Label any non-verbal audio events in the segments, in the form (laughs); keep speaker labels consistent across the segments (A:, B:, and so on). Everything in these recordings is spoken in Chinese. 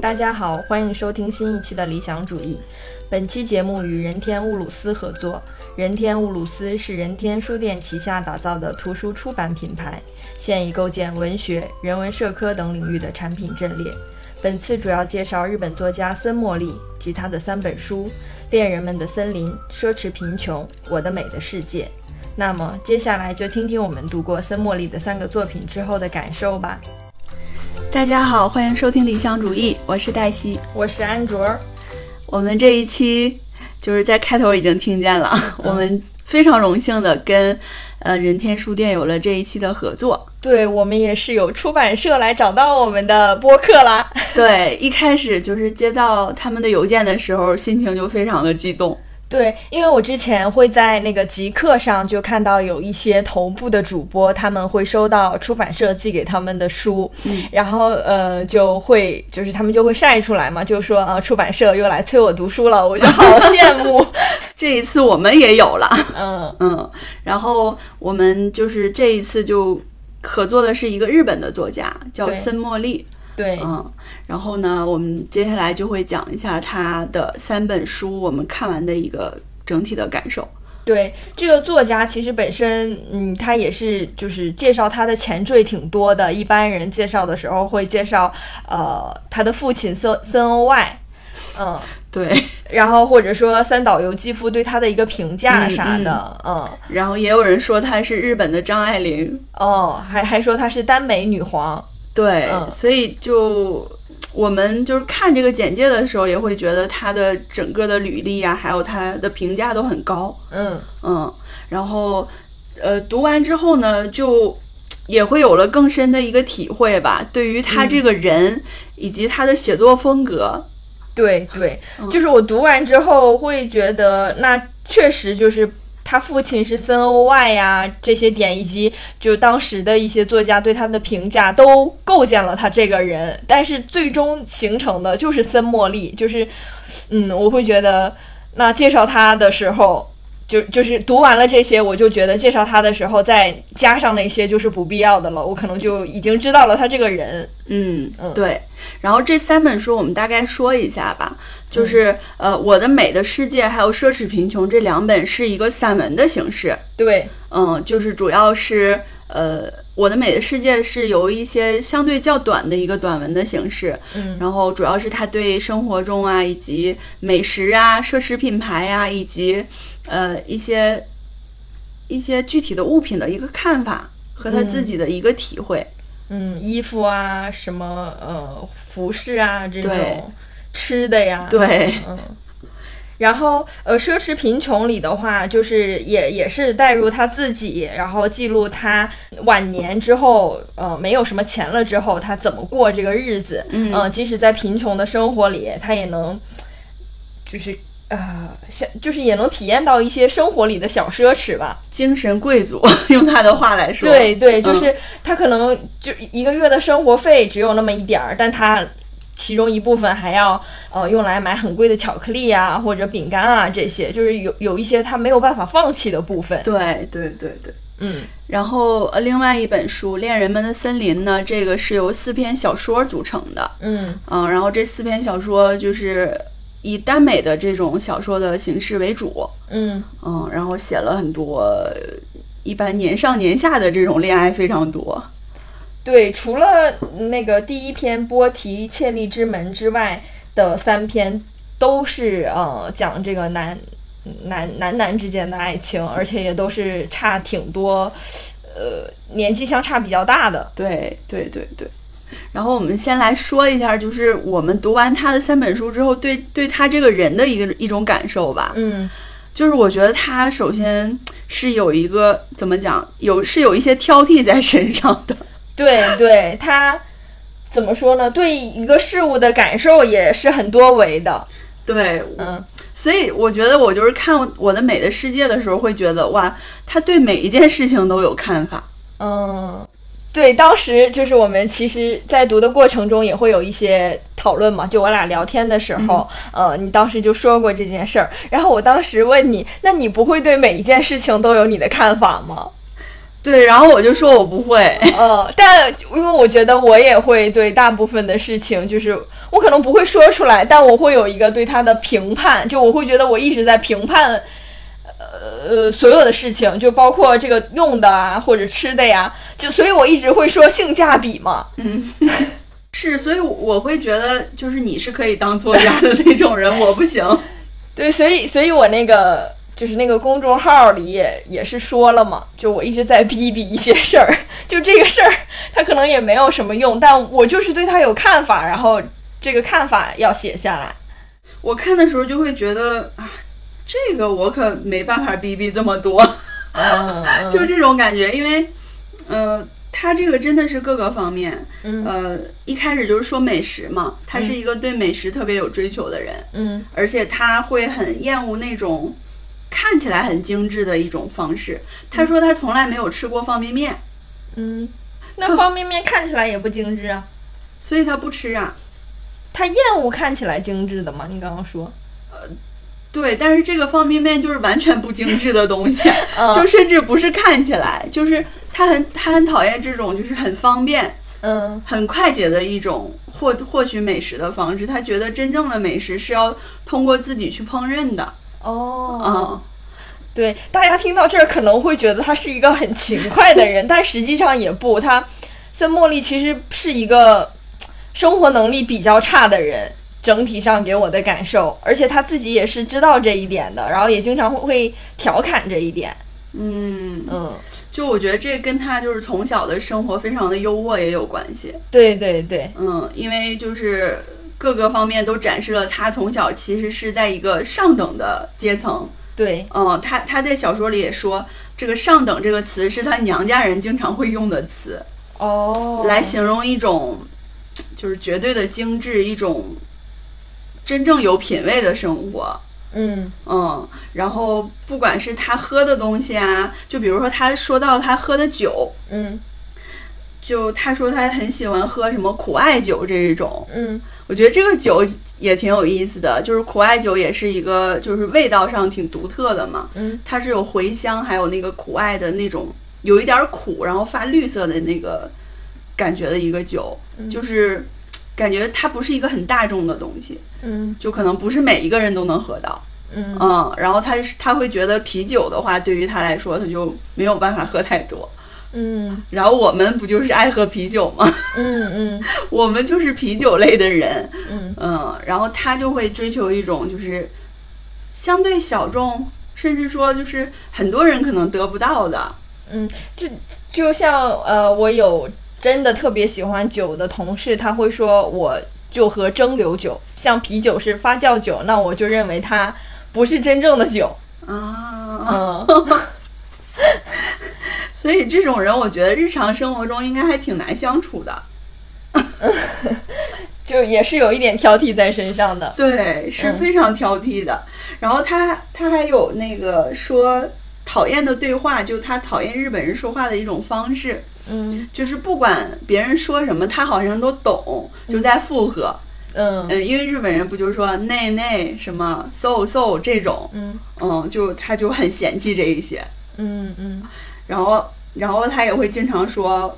A: 大家好，欢迎收听新一期的《理想主义》。本期节目与人天乌鲁斯合作。人天乌鲁斯是人天书店旗下打造的图书出版品牌，现已构建文学、人文社科等领域的产品阵列。本次主要介绍日本作家森茉莉及他的三本书《恋人们的森林》《奢侈贫穷》《我的美的世界》。那么，接下来就听听我们读过森茉莉的三个作品之后的感受吧。
B: 大家好，欢迎收听《理想主义》，我是黛西。
A: 我是安卓儿，
B: 我们这一期就是在开头已经听见了，我们非常荣幸的跟呃人天书店有了这一期的合作。
A: 对我们也是有出版社来找到我们的播客啦。 (laughs)
B: 对，一开始就是接到他们的邮件的时候，心情就非常的激动。
A: 对，因为我之前会在那个极客上就看到有一些头部的主播，他们会收到出版社寄给他们的书，然后呃就会就是他们就会晒出来嘛，就说啊、呃出版社又来催我读书了，我就好羡慕。 (laughs)
B: 这一次我们也有了， (laughs)
A: 嗯，
B: 嗯，然后我们就是这一次就合作的是一个日本的作家，叫
A: 对
B: 森茉莉。
A: 对，
B: 嗯，然后呢，我们接下来就会讲一下他的三本书，我们看完的一个整体的感受。
A: 对这个作家，其实本身，嗯，他也是就是介绍他的前缀挺多的。一般人介绍的时候会介绍，呃，他的父亲森森欧外，嗯，
B: 对，
A: 然后或者说三岛由纪夫对他的一个评价啥的，嗯，
B: 然后也有人说他是日本的张爱玲，
A: 哦，还还说她是耽美女皇，
B: 对，
A: 嗯
B: 所以就我们就是看这个简介的时候，也会觉得他的整个的履历啊，还有他的评价都很高，
A: 嗯，
B: 嗯，然后呃，读完之后呢，就也会有了更深的一个体会吧，对于他这个人、以及他的写作风格，
A: 对对，就是我读完之后会觉得，那确实就是他父亲是森欧外呀、这些点，以及就当时的一些作家对他的评价，都构建了他这个人。但是最终形成的就是森茉莉，就是，嗯，我会觉得，那介绍他的时候。就就是读完了这些，我就觉得介绍他的时候再加上那些就是不必要的了，我可能就已经知道了他这个人。
B: 嗯，
A: 嗯
B: 对。然后这三本书我们大概说一下吧，就是、
A: 嗯
B: 呃，《我的美的世界》还有《奢侈贫穷》这两本是一个散文的形式，
A: 对，
B: 嗯，就是主要是呃，《我的美的世界》是由一些相对较短的一个短文的形式，
A: 嗯，
B: 然后主要是他对生活中啊，以及美食啊、奢侈品牌啊，以及呃一些一些具体的物品的一个看法和他自己的一个体会。
A: 嗯，衣服啊，什么呃，服饰啊，这
B: 对
A: 种吃的呀，
B: 对，
A: 嗯。然后，呃，奢侈贫穷里的话，就是也也是带入他自己，然后记录他晚年之后，呃，没有什么钱了之后，他怎么过这个日子。
B: 嗯
A: 呃即使在贫穷的生活里，他也能，就是呃，像就是也能体验到一些生活里的小奢侈吧。
B: 精神贵族， (laughs) 用他的话来说，
A: 对对，就是他可能就一个月的生活费只有那么一点儿，但他其中一部分还要呃用来买很贵的巧克力啊或者饼干啊这些，就是有有一些他没有办法放弃的部分。
B: 对对对对。
A: 嗯，
B: 然后呃，另外一本书《恋人们的森林》呢，这个是由四篇小说组成的，
A: 嗯
B: 嗯，然后这四篇小说就是以耽美的这种小说的形式为主，
A: 嗯，
B: 嗯，然后写了很多，呃一般年上年下的这种恋爱非常多，
A: 对，除了那个第一篇波提切利之门之外的三篇，都是呃讲这个男男男男之间的爱情，而且也都是差挺多，呃，年纪相差比较大的。
B: 对对对对。然后我们先来说一下，就是我们读完他的三本书之后，对对他这个人的一个一种感受吧。
A: 嗯，
B: 就是我觉得他首先是有一个怎么讲，有是有一些挑剔在身上的。 (laughs)
A: 对对，他怎么说呢？对一个事物的感受也是很多维的。
B: 对，
A: 嗯，
B: 所以我觉得我就是看《我的美的世界》的时候，会觉得哇，他对每一件事情都有看法。
A: 嗯，对，当时就是我们其实，在读的过程中也会有一些讨论嘛，就我俩聊天的时候，呃，你当时就说过这件事儿，然后我当时问你，那你不会对每一件事情都有你的看法吗？
B: 对，然后我就说我不会， (laughs)
A: 呃，但因为我觉得我也会对大部分的事情，就是我可能不会说出来，但我会有一个对他的评判，就我会觉得我一直在评判，呃，所有的事情，就包括这个用的啊，或者吃的呀，就所以我一直会说性价比嘛。
B: 是，所以我会觉得就是你是可以当作家的那种人，我不行。 (laughs)
A: 对，所以所以我那个就是那个公众号里也也是说了嘛，就我一直在逼逼一些事儿，就这个事儿它可能也没有什么用，但我就是对它有看法，然后这个看法要写下来。
B: 我看的时候就会觉得啊，这个我可没办法逼逼这么多，
A: 嗯，
B: 就这种感觉，因为，呃，他这个真的是各个方面，
A: 嗯
B: 呃，一开始就是说美食嘛，他是一个对美食特别有追求的人，
A: 嗯
B: 而且他会很厌恶那种看起来很精致的一种方式。他说他从来没有吃过方便面，
A: 嗯，那方便面看起来也不精致啊，
B: 所以他不吃啊。
A: 他厌恶看起来精致的嘛，你刚刚说，
B: 对，但是这个方便面就是完全不精致的东西，
A: 嗯
B: 就甚至不是看起来，就是他很他很讨厌这种就是很方便、
A: 嗯
B: 很快捷的一种获获取美食的方式。他觉得真正的美食是要通过自己去烹饪的，
A: 哦，
B: 嗯，
A: 对，大家听到这儿可能会觉得他是一个很勤快的 (laughs) 人，但实际上也不，他森茉莉其实是一个生活能力比较差的人。整体上给我的感受，而且他自己也是知道这一点的，然后也经常会调侃这一点。
B: 嗯，
A: 嗯，
B: 就我觉得这跟他就是从小的生活非常的优渥也有关系。
A: 对对对，
B: 嗯，因为就是各个方面都展示了他从小其实是在一个上等的阶层。
A: 对，
B: 嗯，他他在小说里也说，这个“上等”这个词是他娘家人经常会用的词，
A: 哦
B: 来形容一种就是绝对的精致，一种真正有品味的生活。
A: 嗯
B: 嗯，然后不管是他喝的东西啊，就比如说他说到他喝的酒，
A: 嗯
B: 就他说他很喜欢喝什么苦艾酒这一种，
A: 嗯
B: 我觉得这个酒也挺有意思的，就是苦艾酒也是一个，就是味道上挺独特的嘛。
A: 嗯
B: 它是有茴香，还有那个苦艾的那种，有一点儿苦，然后发绿色的那个感觉的一个酒，
A: 嗯
B: 就是感觉它不是一个很大众的东西，
A: 嗯
B: 就可能不是每一个人都能喝到。
A: 嗯
B: 嗯，然后他是他会觉得啤酒的话，对于他来说，他就没有办法喝太多。
A: 嗯
B: 然后我们不就是爱喝啤酒吗？ (laughs)
A: 嗯嗯
B: 我们就是啤酒类的人，
A: 嗯
B: 嗯，然后他就会追求一种就是相对小众，甚至说就是很多人可能得不到的。
A: 嗯，就就像呃，我有真的特别喜欢酒的同事，他会说我就喝蒸馏酒，像啤酒是发酵酒，那我就认为它不是真正的酒。
B: 啊， (laughs)
A: 嗯，
B: 所以这种人，我觉得日常生活中应该还挺难相处的。
A: 就也是有一点挑剔在身上的。
B: 对，是
A: 嗯
B: 非常挑剔的。然后他他还有那个说讨厌的对话，就他讨厌日本人说话的一种方式，
A: 嗯
B: 就是不管别人说什么，他好像都懂，就在附和。
A: 嗯
B: 嗯，因为日本人不就是说内内什么 so so 这种，
A: 嗯
B: 嗯，就他就很嫌弃这一些，
A: 嗯嗯
B: 然后然后他也会经常说，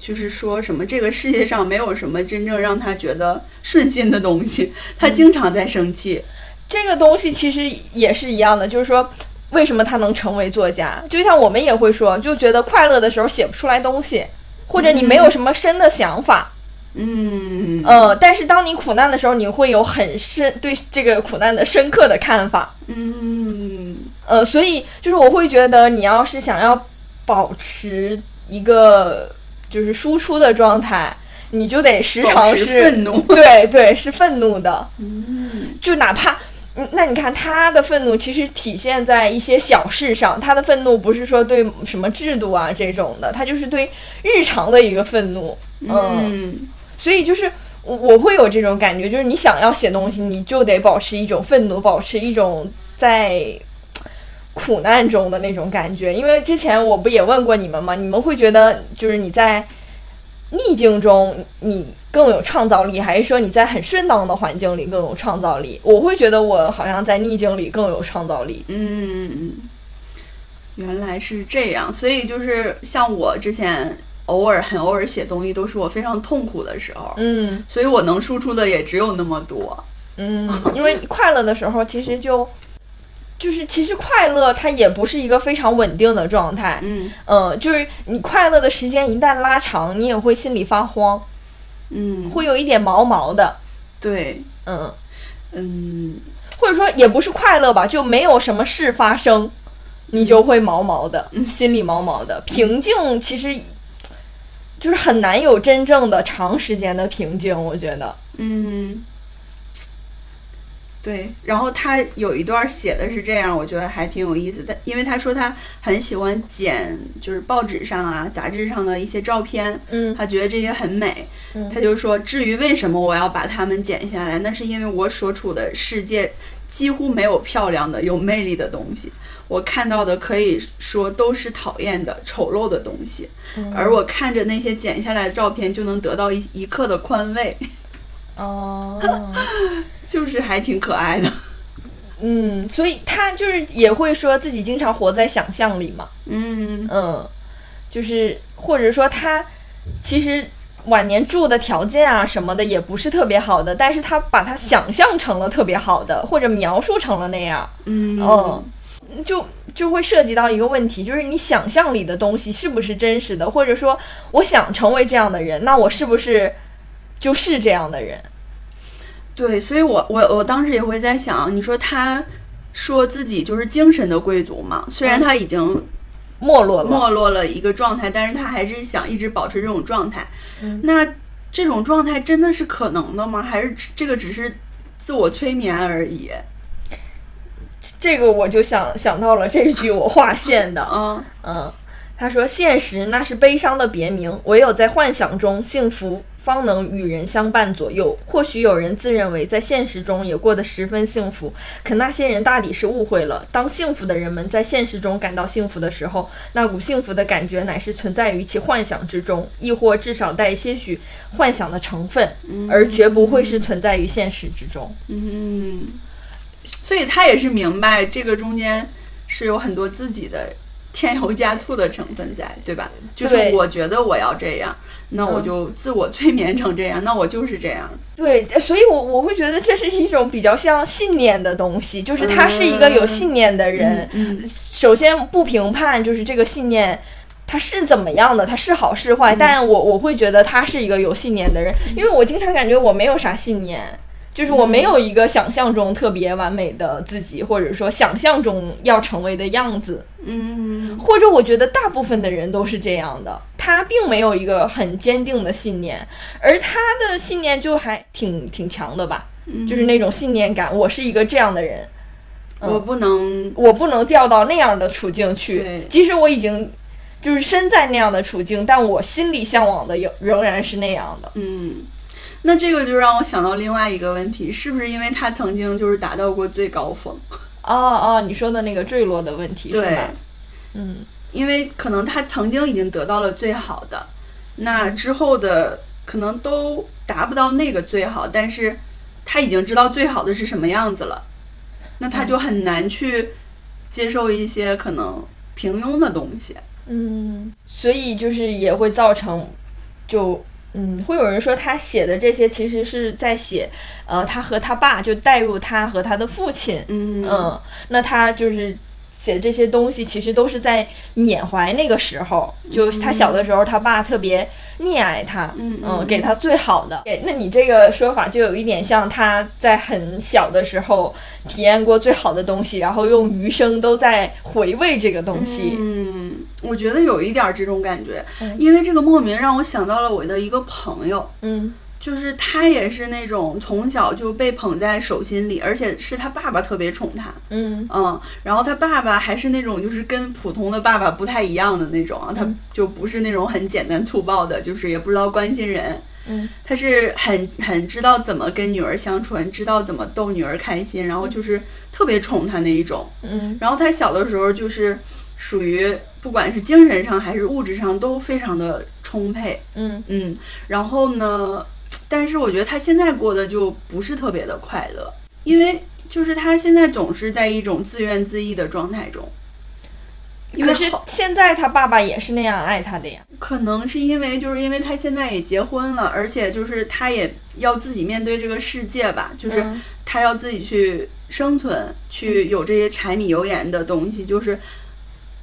B: 就是说什么这个世界上没有什么真正让他觉得顺心的东西，
A: 嗯
B: 他经常在生气。
A: 这个东西其实也是一样的，就是说。为什么他能成为作家？就像我们也会说，就觉得快乐的时候写不出来东西，或者你没有什么深的想法，
B: 嗯
A: 呃，但是当你苦难的时候，你会有很深对这个苦难的深刻的看法。
B: 嗯，
A: 呃，所以就是我会觉得，你要是想要保持一个就是输出的状态，你就得时
B: 保
A: 常
B: 持
A: 是，
B: 愤怒。
A: 对对，是愤怒的。
B: 嗯
A: 就哪怕，嗯那你看他的愤怒其实体现在一些小事上，他的愤怒不是说对什么制度啊这种的，他就是对日常的一个愤怒。
B: 嗯，
A: 所以就是我我会有这种感觉，就是你想要写东西，你就得保持一种愤怒，保持一种在苦难中的那种感觉。因为之前我不也问过你们吗？你们会觉得就是你在逆境中你更有创造力，还是说你在很顺当的环境里更有创造力？我会觉得我好像在逆境里更有创造力。
B: 嗯嗯，原来是这样，所以就是像我之前偶尔很偶尔写东西都是我非常痛苦的时候，
A: 嗯
B: 所以我能输出的也只有那么多。
A: 嗯，因为快乐的时候其实就。就是其实快乐它也不是一个非常稳定的状态，
B: 嗯
A: 嗯，就是你快乐的时间一旦拉长，你也会心里发慌，
B: 嗯，
A: 会有一点毛毛的，
B: 对，
A: 嗯，
B: 嗯，
A: 或者说也不是快乐吧，就没有什么事发生，你就会毛毛的，心里毛毛的。平静其实就是很难有真正的长时间的平静，我觉得。
B: 嗯，对。然后他有一段写的是这样，我觉得还挺有意思的，因为他说他很喜欢剪，就是报纸上啊、杂志上的一些照片，
A: 嗯
B: 他觉得这些很美。
A: 嗯
B: 他就说，至于为什么我要把它们剪下来，那是因为我所处的世界几乎没有漂亮的、有魅力的东西。我看到的可以说都是讨厌的、丑陋的东西，而我看着那些剪下来的照片，就能得到一一刻的宽慰。
A: 哦，
B: 就是还挺可爱的。
A: 嗯，所以他就是也会说自己经常活在想象里嘛，
B: 嗯
A: 嗯，就是或者说他其实。晚年住的条件啊什么的也不是特别好的，但是他把它想象成了特别好的，或者描述成了那样，
B: 嗯
A: 哦，就就会涉及到一个问题，就是你想象里的东西是不是真实的，或者说我想成为这样的人，那我是不是就是这样的人？
B: 对，所以我我我当时也会在想，你说他说自己就是精神的贵族嘛，虽然
A: 嗯
B: 他已经
A: 没落了，
B: 没落了一个状态，但是他还是想一直保持这种状态。
A: 嗯
B: 那这种状态真的是可能的吗？还是只这个只是自我催眠而已？
A: 这个我就想想到了这句我划线的，
B: 啊，
A: 嗯，他说：“现实那是悲伤的别名，唯有在幻想中，幸福方能与人相伴左右。或许有人自认为在现实中也过得十分幸福，可那些人大抵是误会了。当幸福的人们在现实中感到幸福的时候，那股幸福的感觉乃是存在于其幻想之中，亦或至少带些许幻想的成分，而绝不会是存在于现实之中。
B: 嗯，所以他也是明白这个中间是有很多自己的添油加醋的成分在，对嗯吧？就是
A: 对
B: 我觉得我要这样，那我就自我催眠成这样，那我就是这样。
A: 对，呃所以我我会觉得这是一种比较像信念的东西，就是他是一个有信念的人。
B: 嗯
A: 首先不评判，就是这个信念。他是怎么样的？他是好是
B: 嗯
A: 坏？但我我会觉得他是一个有信念的人，因为我经常感觉我没有啥信念，就是我
B: 嗯
A: 没有一个想象中特别完美的自己，或者说想象中要成为的样子，
B: 嗯
A: 或者我觉得大部分的人都是这样的，他并没有一个很坚定的信念，而他的信念就还挺挺强的吧，
B: 嗯，
A: 就是那种信念感，我是一个这样的人，
B: 我不能，
A: 我不能掉到那样的处境去
B: 对。
A: 即使我已经就是身在那样的处境，但我心里向往的有仍然是那样的。
B: 嗯。那这个就让我想到另外一个问题，是不是因为他曾经就是达到过最高峰？
A: 哦哦，你说的那个坠落的问题是
B: 对
A: 吧？，嗯
B: 因为可能他曾经已经得到了最好的，那之后的可能都达不到那个最好，但是他已经知道最好的是什么样子了，那他就很难去接受一些可能平庸的东西。
A: 嗯，所以就是也会造成就。嗯，会有人说他写的这些其实是在写，呃，他和他爸就带入他和他的父亲，
B: 嗯
A: 嗯，那他就是写这些东西，其实都是在缅怀那个时候，就他小的时候，他爸特别溺爱他，
B: 嗯嗯
A: 给他最好的。给那你这个说法就有一点像他在很小的时候体验过最好的东西，然后用余生都在回味这个东西。
B: 嗯，我觉得有一点儿这种感觉，
A: 嗯
B: 因为这个莫名让我想到了我的一个朋友，
A: 嗯
B: 就是他也是那种从小就被捧在手心里，而且是他爸爸特别宠他。
A: 嗯
B: 嗯，然后他爸爸还是那种就是跟普通的爸爸不太一样的那种啊，他就不是那种很简单粗暴的，就是也不知道关心人，
A: 嗯，
B: 他是很很知道怎么跟女儿相处，很知道怎么逗女儿开心，然后就是特别宠她那一种。
A: 嗯
B: 然后他小的时候就是属于不管是精神上还是物质上都非常的充沛，
A: 嗯
B: 嗯，然后呢，但是我觉得他现在过得就不是特别的快乐，因为就是他现在总是在一种自怨自艾的状态中。因为
A: 可是
B: 好
A: 现在他爸爸也是那样爱他的呀。
B: 可能是因为就是因为他现在也结婚了，而且就是他也要自己面对这个世界吧，就是
A: 嗯
B: 他要自己去生存，去有这些柴米油盐的东西，就是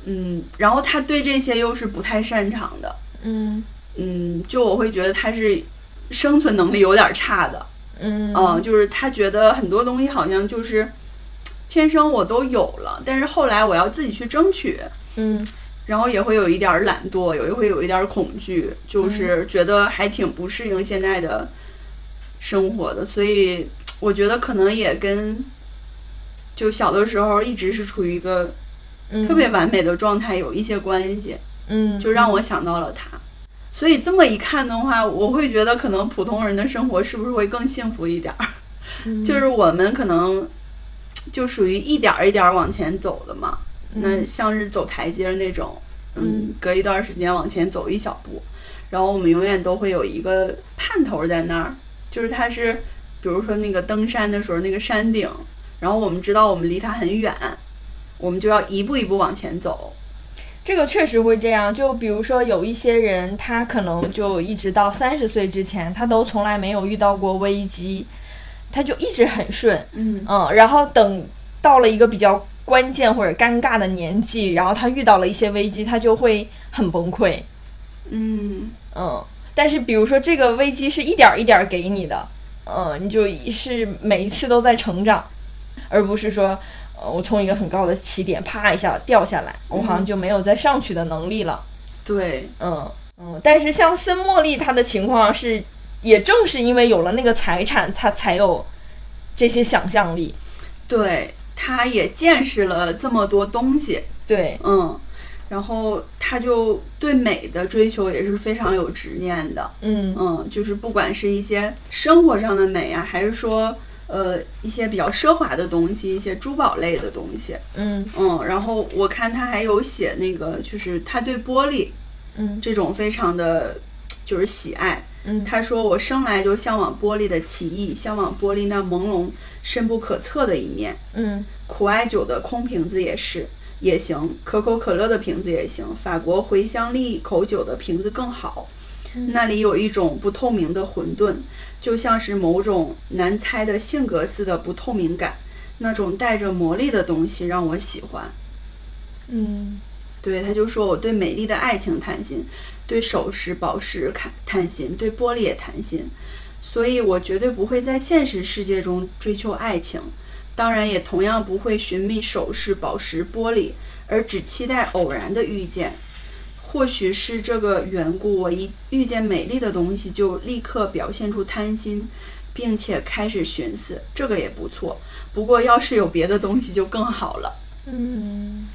B: 嗯，然后他对这些又是不太擅长的，
A: 嗯
B: 嗯，就我会觉得他是生存能力有点差的，
A: 嗯
B: 嗯、就是他觉得很多东西好像就是天生我都有了，但是后来我要自己去争取，
A: 嗯
B: 然后也会有一点儿懒惰，有也会有一点儿恐惧，就是觉得还挺不适应现在的生活的，所以我觉得可能也跟就小的时候一直是处于一个
A: 嗯，
B: 特别完美的状态有一些关系，
A: 嗯，
B: 就让我想到了他。所以这么一看的话，我会觉得可能普通人的生活是不是会更幸福一点儿？
A: 嗯
B: (laughs) 就是我们可能就属于一点儿一点儿往前走的嘛，那像是走台阶儿那种，嗯
A: 嗯，
B: 隔一段时间往前走一小步，然后我们永远都会有一个盼头在那儿，就是它是，比如说那个登山的时候那个山顶，然后我们知道我们离它很远，我们就要一步一步往前走，
A: 这个确实会这样。就比如说，有一些人，他可能就一直到三十岁之前，他都从来没有遇到过危机，他就一直很顺，
B: 嗯，
A: 嗯。然后等到了一个比较关键或者尴尬的年纪，然后他遇到了一些危机，他就会很崩溃，
B: 嗯，
A: 嗯。但是比如说，这个危机是一点儿一点儿给你的，嗯，你就是每一次都在成长，而不是说。呃，我从一个很高的起点啪一下掉下来，我好像就没有再上去的能力了。
B: 对，
A: 嗯，嗯，但是像森茉莉她的情况是，也正是因为有了那个财产，她才有这些想象力。
B: 对，他也见识了这么多东西，
A: 对，
B: 嗯，然后他就对美的追求也是非常有执念的，
A: 嗯
B: 嗯，就是不管是一些生活上的美啊，还是说呃一些比较奢华的东西，一些珠宝类的东西，
A: 嗯
B: 嗯，然后我看他还有写那个，就是他对玻璃
A: 嗯
B: 这种非常的就是喜爱。
A: 嗯
B: 他说我生来就向往玻璃的奇异，向往玻璃那朦胧深不可测的一面。
A: 嗯
B: 苦艾酒的空瓶子也是也行，可口可乐的瓶子也行，法国茴香利口酒的瓶子更好。那里有一种不透明的混沌，就像是某种难猜的性格似的不透明感，那种带着魔力的东西让我喜欢。
A: 嗯
B: 对，他就说我对美丽的爱情贪心，对首饰、宝石贪贪心，对玻璃也贪心，所以我绝对不会在现实世界中追求爱情，当然也同样不会寻觅首饰、宝石、玻璃，而只期待偶然的遇见。或许是这个缘故，我一遇见美丽的东西就立刻表现出贪心，并且开始寻思这个也不错，不过要是有别的东西就更好了。
A: 嗯，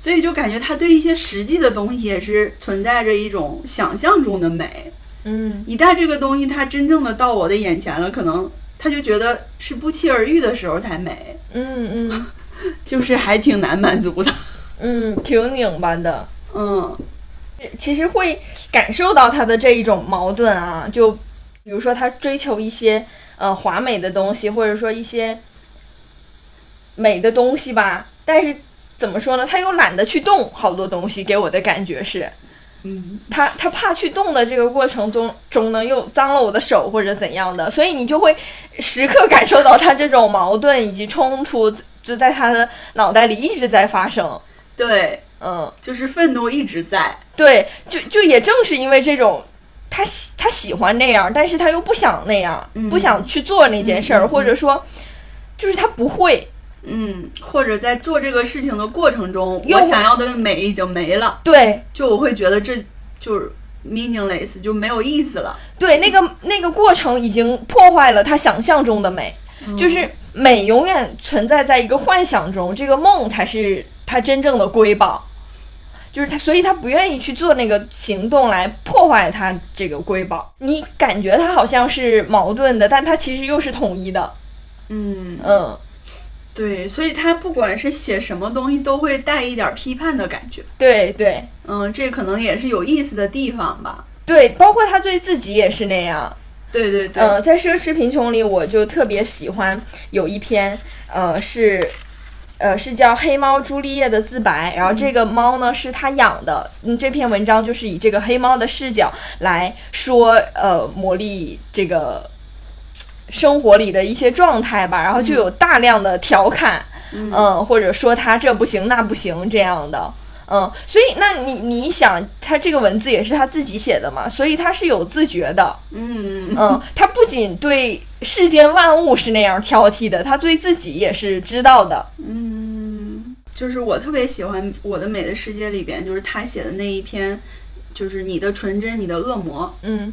B: 所以就感觉他对一些实际的东西也是存在着一种想象中的美。
A: 嗯
B: 一旦这个东西它真正的到我的眼前了，可能他就觉得是不期而遇的时候才美，
A: 嗯嗯
B: 就是还挺难满足的。
A: 嗯，挺拧巴的。
B: 嗯
A: 其实会感受到他的这一种矛盾啊，就比如说他追求一些呃华美的东西，或者说一些美的东西吧，但是怎么说呢，他又懒得去动好多东西，给我的感觉是
B: 嗯，
A: 他他怕去动的这个过程中中呢又脏了我的手或者怎样的，所以你就会时刻感受到他这种矛盾以及冲突就在他的脑袋里一直在发生，
B: 对，
A: 嗯。
B: 就是愤怒一直在。
A: 对，就就也正是因为这种，他喜他喜欢那样，但是他又不想那样，
B: 嗯
A: 不想去做那件事儿，
B: 嗯嗯嗯
A: 或者说，就是他不会。
B: 嗯，或者在做这个事情的过程中，
A: 又
B: 我想要的美已经没了，
A: 对
B: 就我会觉得这就是 meaningless，就没有意思了。
A: 对，那个那个过程已经破坏了他想象中的美，
B: 嗯
A: 就是美永远存在在一个幻想中，这个梦才是他真正的瑰宝。就是他，所以他不愿意去做那个行动来破坏他这个瑰宝。你感觉他好像是矛盾的，但他其实又是统一的。
B: 嗯，
A: 嗯，
B: 对，所以他不管是写什么东西，都会带一点批判的感觉。
A: 对对。
B: 嗯，这可能也是有意思的地方吧。
A: 对，包括他对自己也是那样。
B: 对对对，
A: 嗯、呃在《奢侈贫穷》里，我就特别喜欢有一篇，呃，是，呃，是叫《黑猫朱丽叶的自白》，然后这
B: 嗯
A: 个猫呢是他养的。嗯，这篇文章就是以这个黑猫的视角来说，呃，魔力这个生活里的一些状态吧，然后
B: 嗯
A: 就有大量的调侃，嗯，或者说他这不行那不行这样的。嗯，所以那你你想，他这个文字也是他自己写的嘛，所以他是有自觉的。
B: 嗯，
A: 嗯，他不仅对世间万物是那样挑剔的，他对自己也是知道的。
B: 就是我特别喜欢《我的美的世界》里边，就是他写的那一篇，就是你的纯真，你的恶魔，
A: 嗯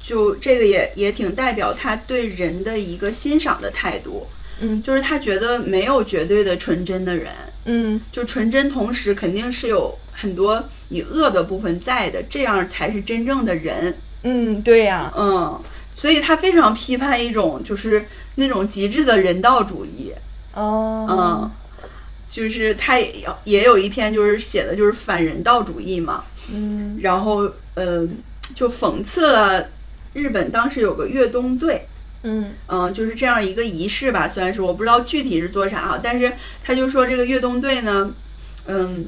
B: 就这个也也挺代表他对人的一个欣赏的态度。
A: 嗯
B: 就是他觉得没有绝对的纯真的人，
A: 嗯
B: 就纯真同时肯定是有很多你恶的部分在的，这样才是真正的人。
A: 嗯，对呀、
B: 嗯，所以他非常批判一种就是那种极致的人道主义。嗯
A: 哦，，
B: 就是他也有也有一篇就是写的就是反人道主义嘛，
A: 嗯
B: 然后呃就讽刺了日本当时有个越冬队，
A: 嗯
B: 嗯，就是这样一个仪式吧。虽然说我不知道具体是做啥啊，但是他就说这个乐动队呢，嗯，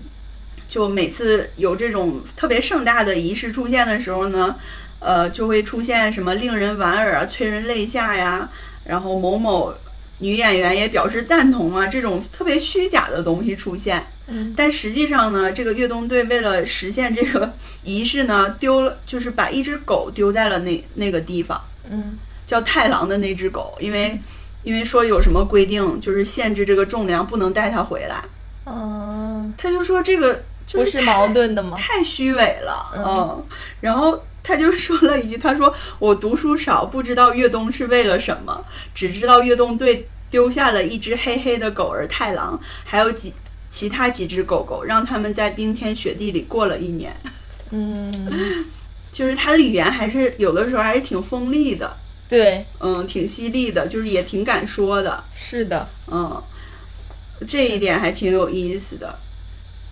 B: 就每次有这种特别盛大的仪式出现的时候呢，呃，就会出现什么令人莞尔啊、催人泪下呀，然后某某女演员也表示赞同啊，这种特别虚假的东西出现。
A: 嗯
B: 但实际上呢，这个乐动队为了实现这个仪式呢，丢了就是把一只狗丢在了那那个地方。
A: 嗯
B: 叫太郎的那只狗，因为因为说有什么规定，就是限制这个重量不能带它回来。
A: 哦，
B: 他就说这个就
A: 不
B: 是
A: 是矛盾的吗？
B: 太虚伪了，
A: 嗯
B: 嗯，然后。他就说了一句：“他说我读书少，不知道越冬是为了什么，只知道越冬队丢下了一只黑黑的狗儿太郎，还有几其他几只狗狗，让他们在冰天雪地里过了一年。
A: 嗯，
B: 就是他的语言还是有的时候还是挺锋利的，
A: 对，
B: 嗯，挺犀利的，就是也挺敢说的。
A: 是的，
B: 嗯，这一点还挺有意思的。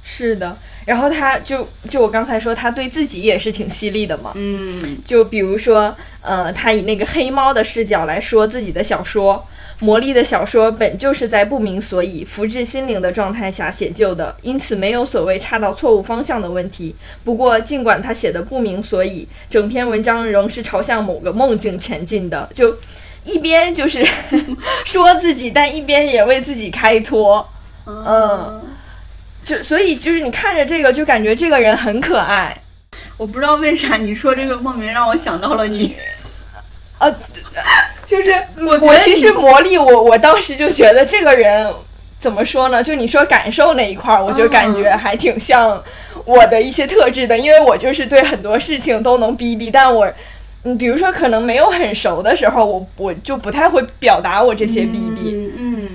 A: 是的。然后他就就我刚才说，他对自己也是挺犀利的嘛。
B: 嗯
A: 就比如说，呃，他以那个黑猫的视角来说自己的小说。魔力的小说本就是在不明所以、福至心灵的状态下写就的，因此没有所谓差到错误方向的问题。不过，尽管他写的不明所以，整篇文章仍是朝向某个梦境前进的。就一边就是说自己，但一边也为自己开脱。嗯，就所以就是你看着这个，就感觉这个人很可爱。
B: 我不知道为啥你说这个莫名让我想到
A: (laughs)
B: 了你，
A: 呃，
B: (laughs) 就是我觉
A: 我
B: 得
A: 其实
B: 你
A: 魔力，我我当时就觉得这个人怎么说呢？就你说感受那一块儿，我就感觉
B: 嗯
A: 还挺像我的一些特质的，因为我就是对很多事情都能逼逼，但我。嗯，比如说，可能没有很熟的时候，我我就不太会表达我这些逼逼，
B: 嗯嗯，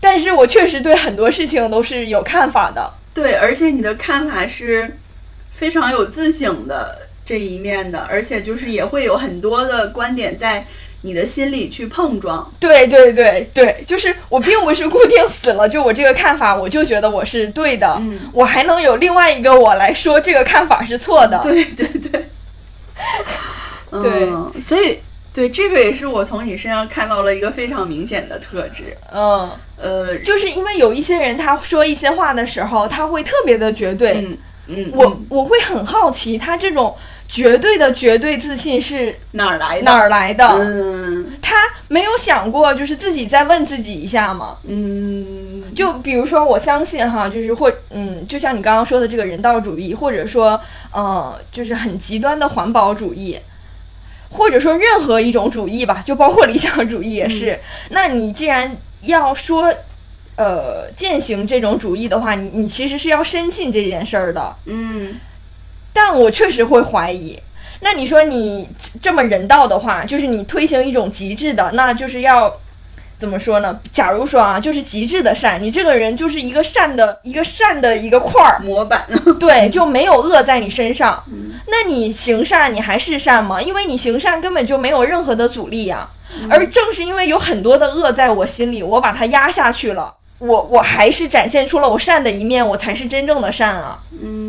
A: 但是我确实对很多事情都是有看法的。
B: 对，而且你的看法是非常有自省的这一面的，而且就是也会有很多的观点在你的心里去碰撞。
A: 对对对对，就是我并不是固定死了，就我这个看法，我就觉得我是对的，
B: 嗯
A: 我还能有另外一个我来说这个看法是错的。
B: 对对对，嗯，所以对这个也是我从你身上看到了一个非常明显的特质。
A: 嗯，
B: 呃，
A: 就是因为有一些人他说一些话的时候，他会特别的绝对，
B: 嗯嗯，
A: 我我会很好奇他这种绝对的绝对自信是
B: 哪儿来的？
A: 哪儿来的？
B: 嗯
A: 他没有想过就是自己再问自己一下吗？
B: 嗯，
A: 就比如说，我相信哈，就是或嗯，就像你刚刚说的这个人道主义，或者说呃，就是很极端的环保主义，或者说任何一种主义吧，就包括理想主义也是。那你既然要说呃践行这种主义的话，你你其实是要深信这件事儿的。
B: 嗯
A: 但我确实会怀疑。那你说你这这么人道的话，就是你推行一种极致的，那就是要怎么说呢？假如说啊，就是极致的善，你这个人就是一个善的一个善的一个块
B: (laughs)
A: 儿，
B: 模板。
A: 对，就没有恶在你身上。那你行善，你还是善吗？因为你行善根本就没有任何的阻力呀、而正是因为有很多的恶在我心里，我把它压下去了，我我还是展现出了我善的一面，我才是真正的善啊。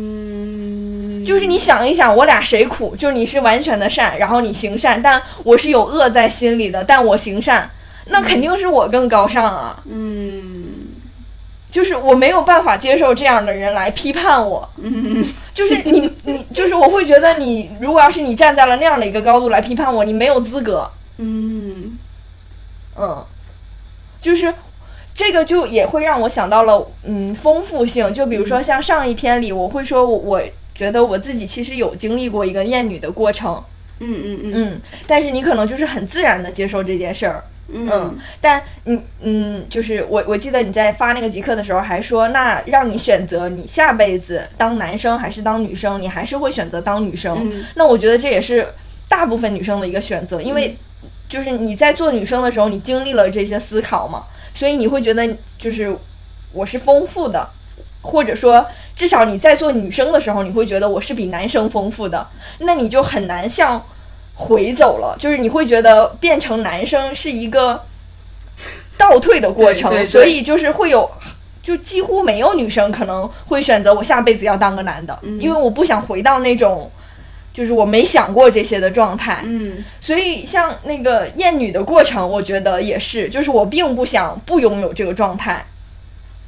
B: 嗯，
A: 就是你想一想，我俩谁苦？就是你是完全的善，然后你行善，但我是有恶在心里的，但我行善，那肯定是我更高尚啊！
B: 嗯，
A: 就是我没有办法接受这样的人来批判我，就是你你就是我会觉得你如果要是你站在了那样的一个高度来批判我，你没有资格，
B: 嗯
A: 嗯，就是这个就也会让我想到了，嗯，丰富性。就比如说像上一篇里，我会说我我觉得我自己其实有经历过一个厌女的过程，
B: 嗯嗯嗯
A: 嗯，但是你可能就是很自然的接受这件事儿，嗯
B: 嗯，
A: 但你嗯，就是我我记得你在发那个极客的时候还说，那让你选择你下辈子当男生还是当女生，你还是会选择当女生。
B: 嗯
A: 那我觉得这也是大部分女生的一个选择，因
B: 嗯
A: 为就是你在做女生的时候，你经历了这些思考嘛，所以你会觉得就是我是丰富的，或者说至少你在做女生的时候，你会觉得我是比男生丰富的，那你就很难向回走了，就是你会觉得变成男生是一个 (laughs) 倒退的过程，
B: 对对对
A: 所以就是会有。就几乎没有女生可能会选择我下辈子要当个男的，
B: 嗯
A: 因为我不想回到那种就是我没想过这些的状态。
B: 嗯
A: 所以像那个厌女的过程，我觉得也是，就是我并不想不拥有这个状态，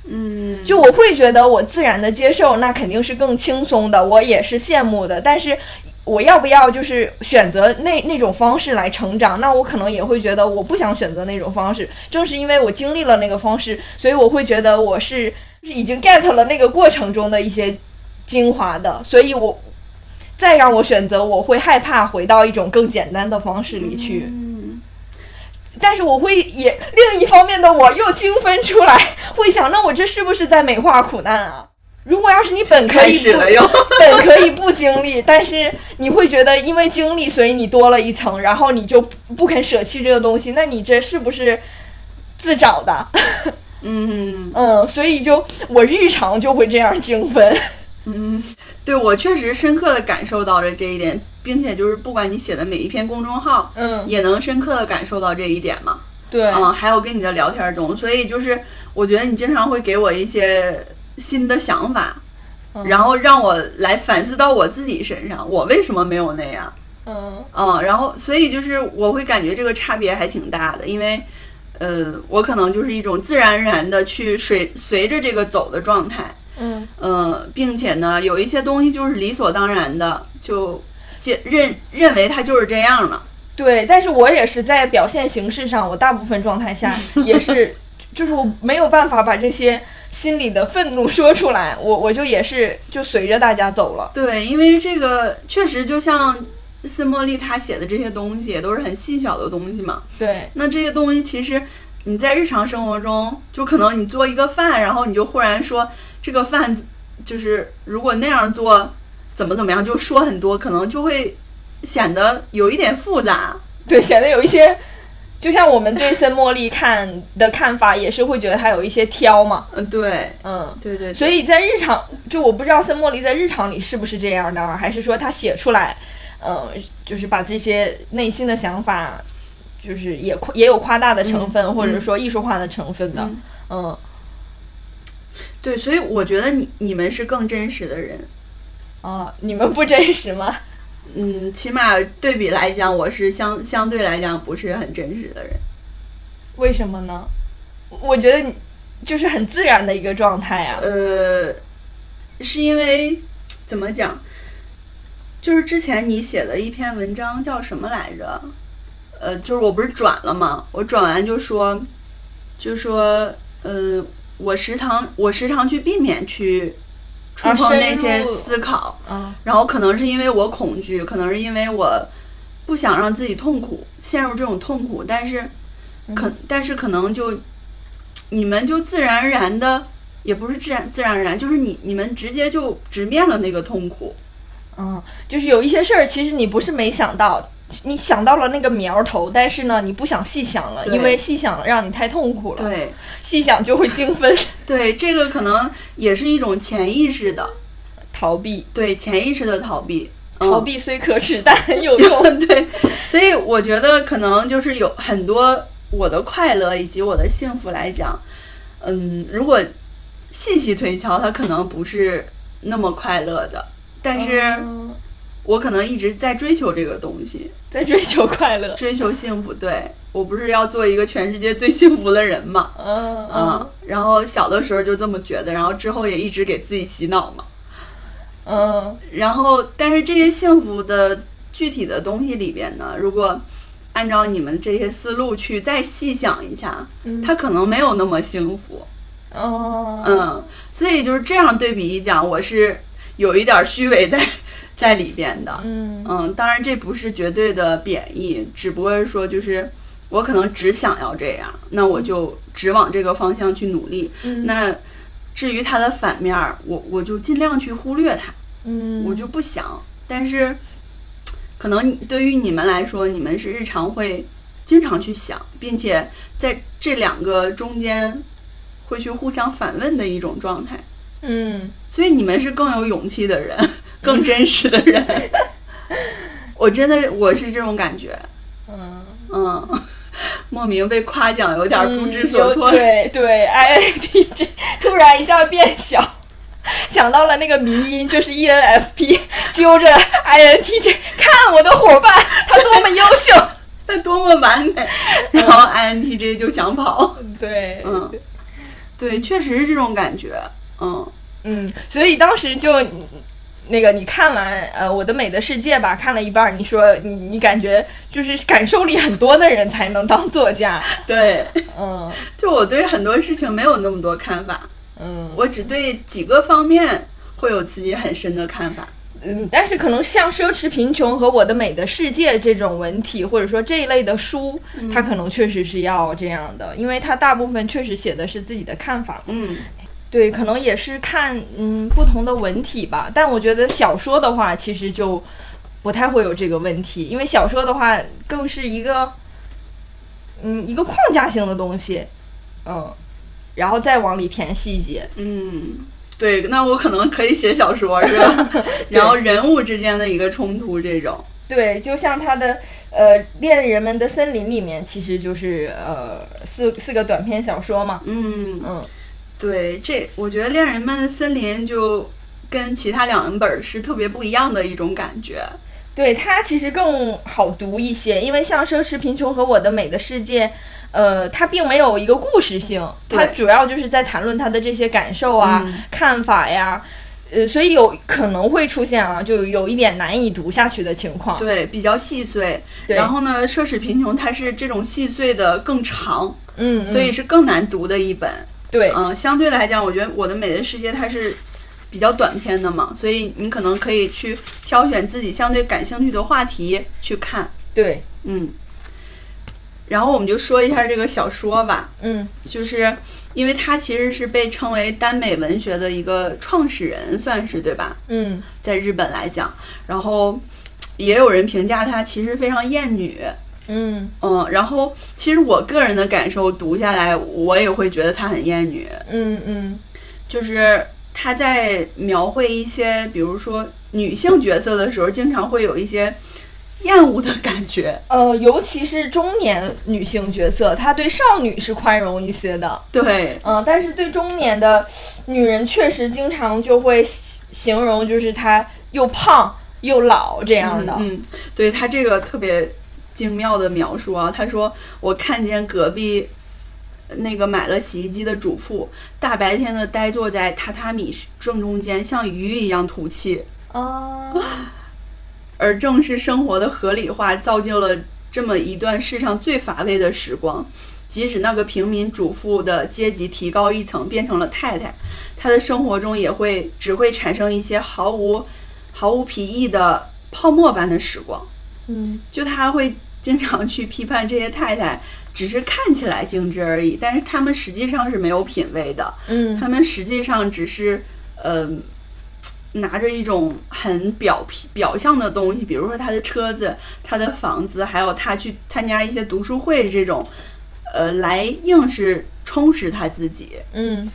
B: 嗯，
A: 就我会觉得我自然的接受，那肯定是更轻松的，我也是羡慕的。但是我要不要就是选择那那种方式来成长？那我可能也会觉得我不想选择那种方式，正是因为我经历了那个方式，所以我会觉得我是是已经 get 了那个过程中的一些精华的，所以我。再让我选择，我会害怕回到一种更简单的方式里去。
B: 嗯
A: 但是我会也另一方面的我又精分出来，会想，那我这是不是在美化苦难啊？如果要是你本可
B: 开
A: 以
B: 始
A: 不
B: 了又，
A: (laughs) 本可以不经历，但是你会觉得因为经历，所以你多了一层，然后你就不不肯舍弃这个东西，那你这是不是自找的？ (laughs)
B: 嗯
A: 嗯，所以就我日常就会这样精分，
B: 嗯，对我确实深刻的感受到了这一点，并且就是不管你写的每一篇公众号，
A: 嗯，
B: 也能深刻的感受到这一点嘛。
A: 对
B: 嗯，还有跟你的聊天中，所以就是我觉得你经常会给我一些新的想法，
A: 嗯
B: 然后让我来反思到我自己身上，我为什么没有那样？
A: 嗯
B: 嗯，然后所以就是我会感觉这个差别还挺大的，因为呃，我可能就是一种自然而然的去随随着这个走的状态，
A: 嗯，
B: 呃，并且呢，有一些东西就是理所当然的就接认认为它就是这样了。
A: 对。但是我也是在表现形式上，我大部分状态下也是，就是我没有办法把这些心里的愤怒说出来，我我就也是就随着大家走了，
B: 对，因为这个确实就像斯莫利他写的这些东西，也都是很细小的东西嘛。
A: 对，
B: 那这些东西其实你在日常生活中，就可能你做一个饭，然后你就忽然说这个饭就是如果那样做怎么怎么样，就说很多，可能就会显得有一点复杂。
A: (laughs) 对，显得有一些，就像我们对森茉莉看的看法，也是会觉得她有一些挑嘛，
B: 嗯，对，
A: 嗯，
B: 对对
A: 所以在日常，就我不知道森茉莉在日常里是不是这样的啊，还是说她写出来，嗯，就是把这些内心的想法，就是也夸也有夸大的成分，或者说艺术化的成分的，
B: 嗯
A: 嗯
B: 对，所以我觉得你你们是更真实的人。
A: 啊，你们不真实吗？
B: 嗯，起码对比来讲，我是相相对来讲不是很真实的人。
A: 为什么呢？我觉得你就是很自然的一个状态啊，
B: 呃，是因为怎么讲？就是之前你写的一篇文章叫什么来着？呃，就是我不是转了吗？我转完就说，就说，呃，我时常我时常去避免去触
A: 啊
B: 碰
A: 深
B: 那些
A: 入
B: 思考，
A: 嗯
B: 然后可能是因为我恐惧，可能是因为我不想让自己痛苦，陷入这种痛苦，但是
A: 嗯
B: 可、但是可能就你们就自然而然的，也不是自然自然而然，就是你你们直接就直面了那个痛苦，
A: 嗯，就是有一些事儿，其实你不是没想到，你想到了那个苗头，但是呢，你不想细想了，
B: 对
A: 因为细想让你太痛苦了，
B: 对
A: 细想就会精分 (laughs)
B: 对，这个可能也是一种潜意识的，
A: 逃避。
B: 对潜意识的逃避，嗯、
A: 逃避虽可耻，但很有用。
B: (laughs) 对，
A: (laughs)
B: 所以我觉得可能就是有很多我的快乐以及我的幸福来讲，嗯，如果细细推敲，它可能不是那么快乐的。但是
A: 嗯
B: 我可能一直在追求这个东西，
A: 在追求快乐。
B: 追求幸福。对我不是要做一个全世界最幸福的人嘛？
A: 嗯
B: 嗯，然后小的时候就这么觉得，然后之后也一直给自己洗脑嘛。
A: 嗯
B: 然后，但是这些幸福的具体的东西里边呢，如果按照你们这些思路去再细想一下，
A: 嗯
B: 它可能没有那么幸福。
A: 哦
B: 嗯，所以就是这样对比一讲，我是有一点虚伪在 (laughs) 在里边的。
A: 嗯
B: 嗯，当然这不是绝对的贬义，只不过是说就是我可能只想要这样，那我就只往这个方向去努力。
A: 嗯
B: 那至于它的反面儿，我我就尽量去忽略它。
A: 嗯，
B: 我就不想。但是，可能对于你们来说，你们是日常会经常去想，并且在这两个中间会去互相反问的一种状态。
A: 嗯
B: 所以你们是更有勇气的人， (laughs) 更真实的人。 (laughs) 我真的我是这种感觉，
A: 嗯，
B: 嗯， (laughs) 莫名被夸奖，有点不知
A: 嗯
B: 所
A: 有
B: 措。
A: 对对，INFJ 突然一下变小，想到了那个迷音，就是 E ENFP 揪着 INTJ 看我的伙伴，他多么优秀。 (laughs)
B: 那、多么完美！然后 INTJ 就想跑，
A: 对，
B: 嗯，对，确实是这种感觉，嗯。
A: 嗯，所以当时就那个你看完呃《我的美的世界》吧，看了一半儿，你说你你感觉就是感受力很多的人才能当作家，
B: 对，
A: (laughs) 嗯
B: 就我对很多事情没有那么多看法，
A: 嗯
B: 我只对几个方面会有自己很深的看法。
A: 嗯，但是可能像《奢侈贫穷》和《我的美的世界》这种文体，或者说这一类的书，它可能确实是要这样的，因为它大部分确实写的是自己的看法嘛
B: 嗯，
A: 对，可能也是看嗯不同的文体吧。但我觉得小说的话，其实就不太会有这个问题，因为小说的话更是一个嗯一个框架性的东西，嗯，然后再往里填细节。
B: 嗯，对，那我可能可以写小说是
A: (laughs)
B: 吧？ (laughs) 然后人物之间的一个冲突这种，
A: 对，就像他的呃《恋人们的森林》里面，其实就是呃四四个短篇小说嘛，
B: 嗯，
A: 嗯
B: 对，这我觉得《恋人们的森林》就跟其他两本是特别不一样的一种感觉。
A: 对它其实更好读一些，因为像《奢侈贫穷》和《我的美的世界》，呃，它并没有一个故事性，它
B: 对
A: 主要就是在谈论他的这些感受啊、
B: 嗯
A: 看法呀，呃，所以有可能会出现啊，就有一点难以读下去的情况。
B: 对，比较细碎。
A: 啊对
B: 然后呢，《奢侈贫穷》它是这种细碎的更长，
A: 嗯，
B: 所以
A: 嗯
B: 是更难读的一本。
A: 对，
B: 嗯，相对来讲，我觉得我的美的世界它是比较短篇的嘛，所以你可能可以去挑选自己相对感兴趣的话题去看，
A: 对，
B: 嗯。然后我们就说一下这个小说吧，
A: 嗯
B: 就是因为它其实是被称为耽美文学的一个创始人，算是对吧？
A: 嗯
B: 在日本来讲，然后也有人评价它其实非常厌女，
A: 嗯
B: 嗯。然后其实我个人的感受读下来，我也会觉得它很厌女，
A: 嗯嗯
B: 就是他在描绘一些，比如说女性角色的时候，经常会有一些厌恶的感觉。
A: 呃，尤其是中年女性角色，她对少女是宽容一些的，
B: 对，
A: 嗯，但是对中年的女人，确实经常就会形形容，就是她又胖又老这样的。
B: 嗯，对他这个特别精妙的描述啊，他说我看见隔壁。那个买了洗衣机的主妇，大白天的呆坐在榻榻米正中间，像鱼一样吐气。
A: 啊，
B: 而正是生活的合理化，造就了这么一段世上最乏味的时光。即使那个平民主妇的阶级提高一层，变成了太太，她的生活中也会只会产生一些毫无毫无裨益的泡沫般的时光。
A: 嗯
B: 就她会经常去批判这些太太，只是看起来精致而已，但是她们实际上是没有品味的。
A: 嗯
B: 他们实际上只是，嗯、拿着一种很表皮表象的东西，比如说他的车子、他的房子，还有他去参加一些读书会这种，呃，来硬是充实他自己。
A: 嗯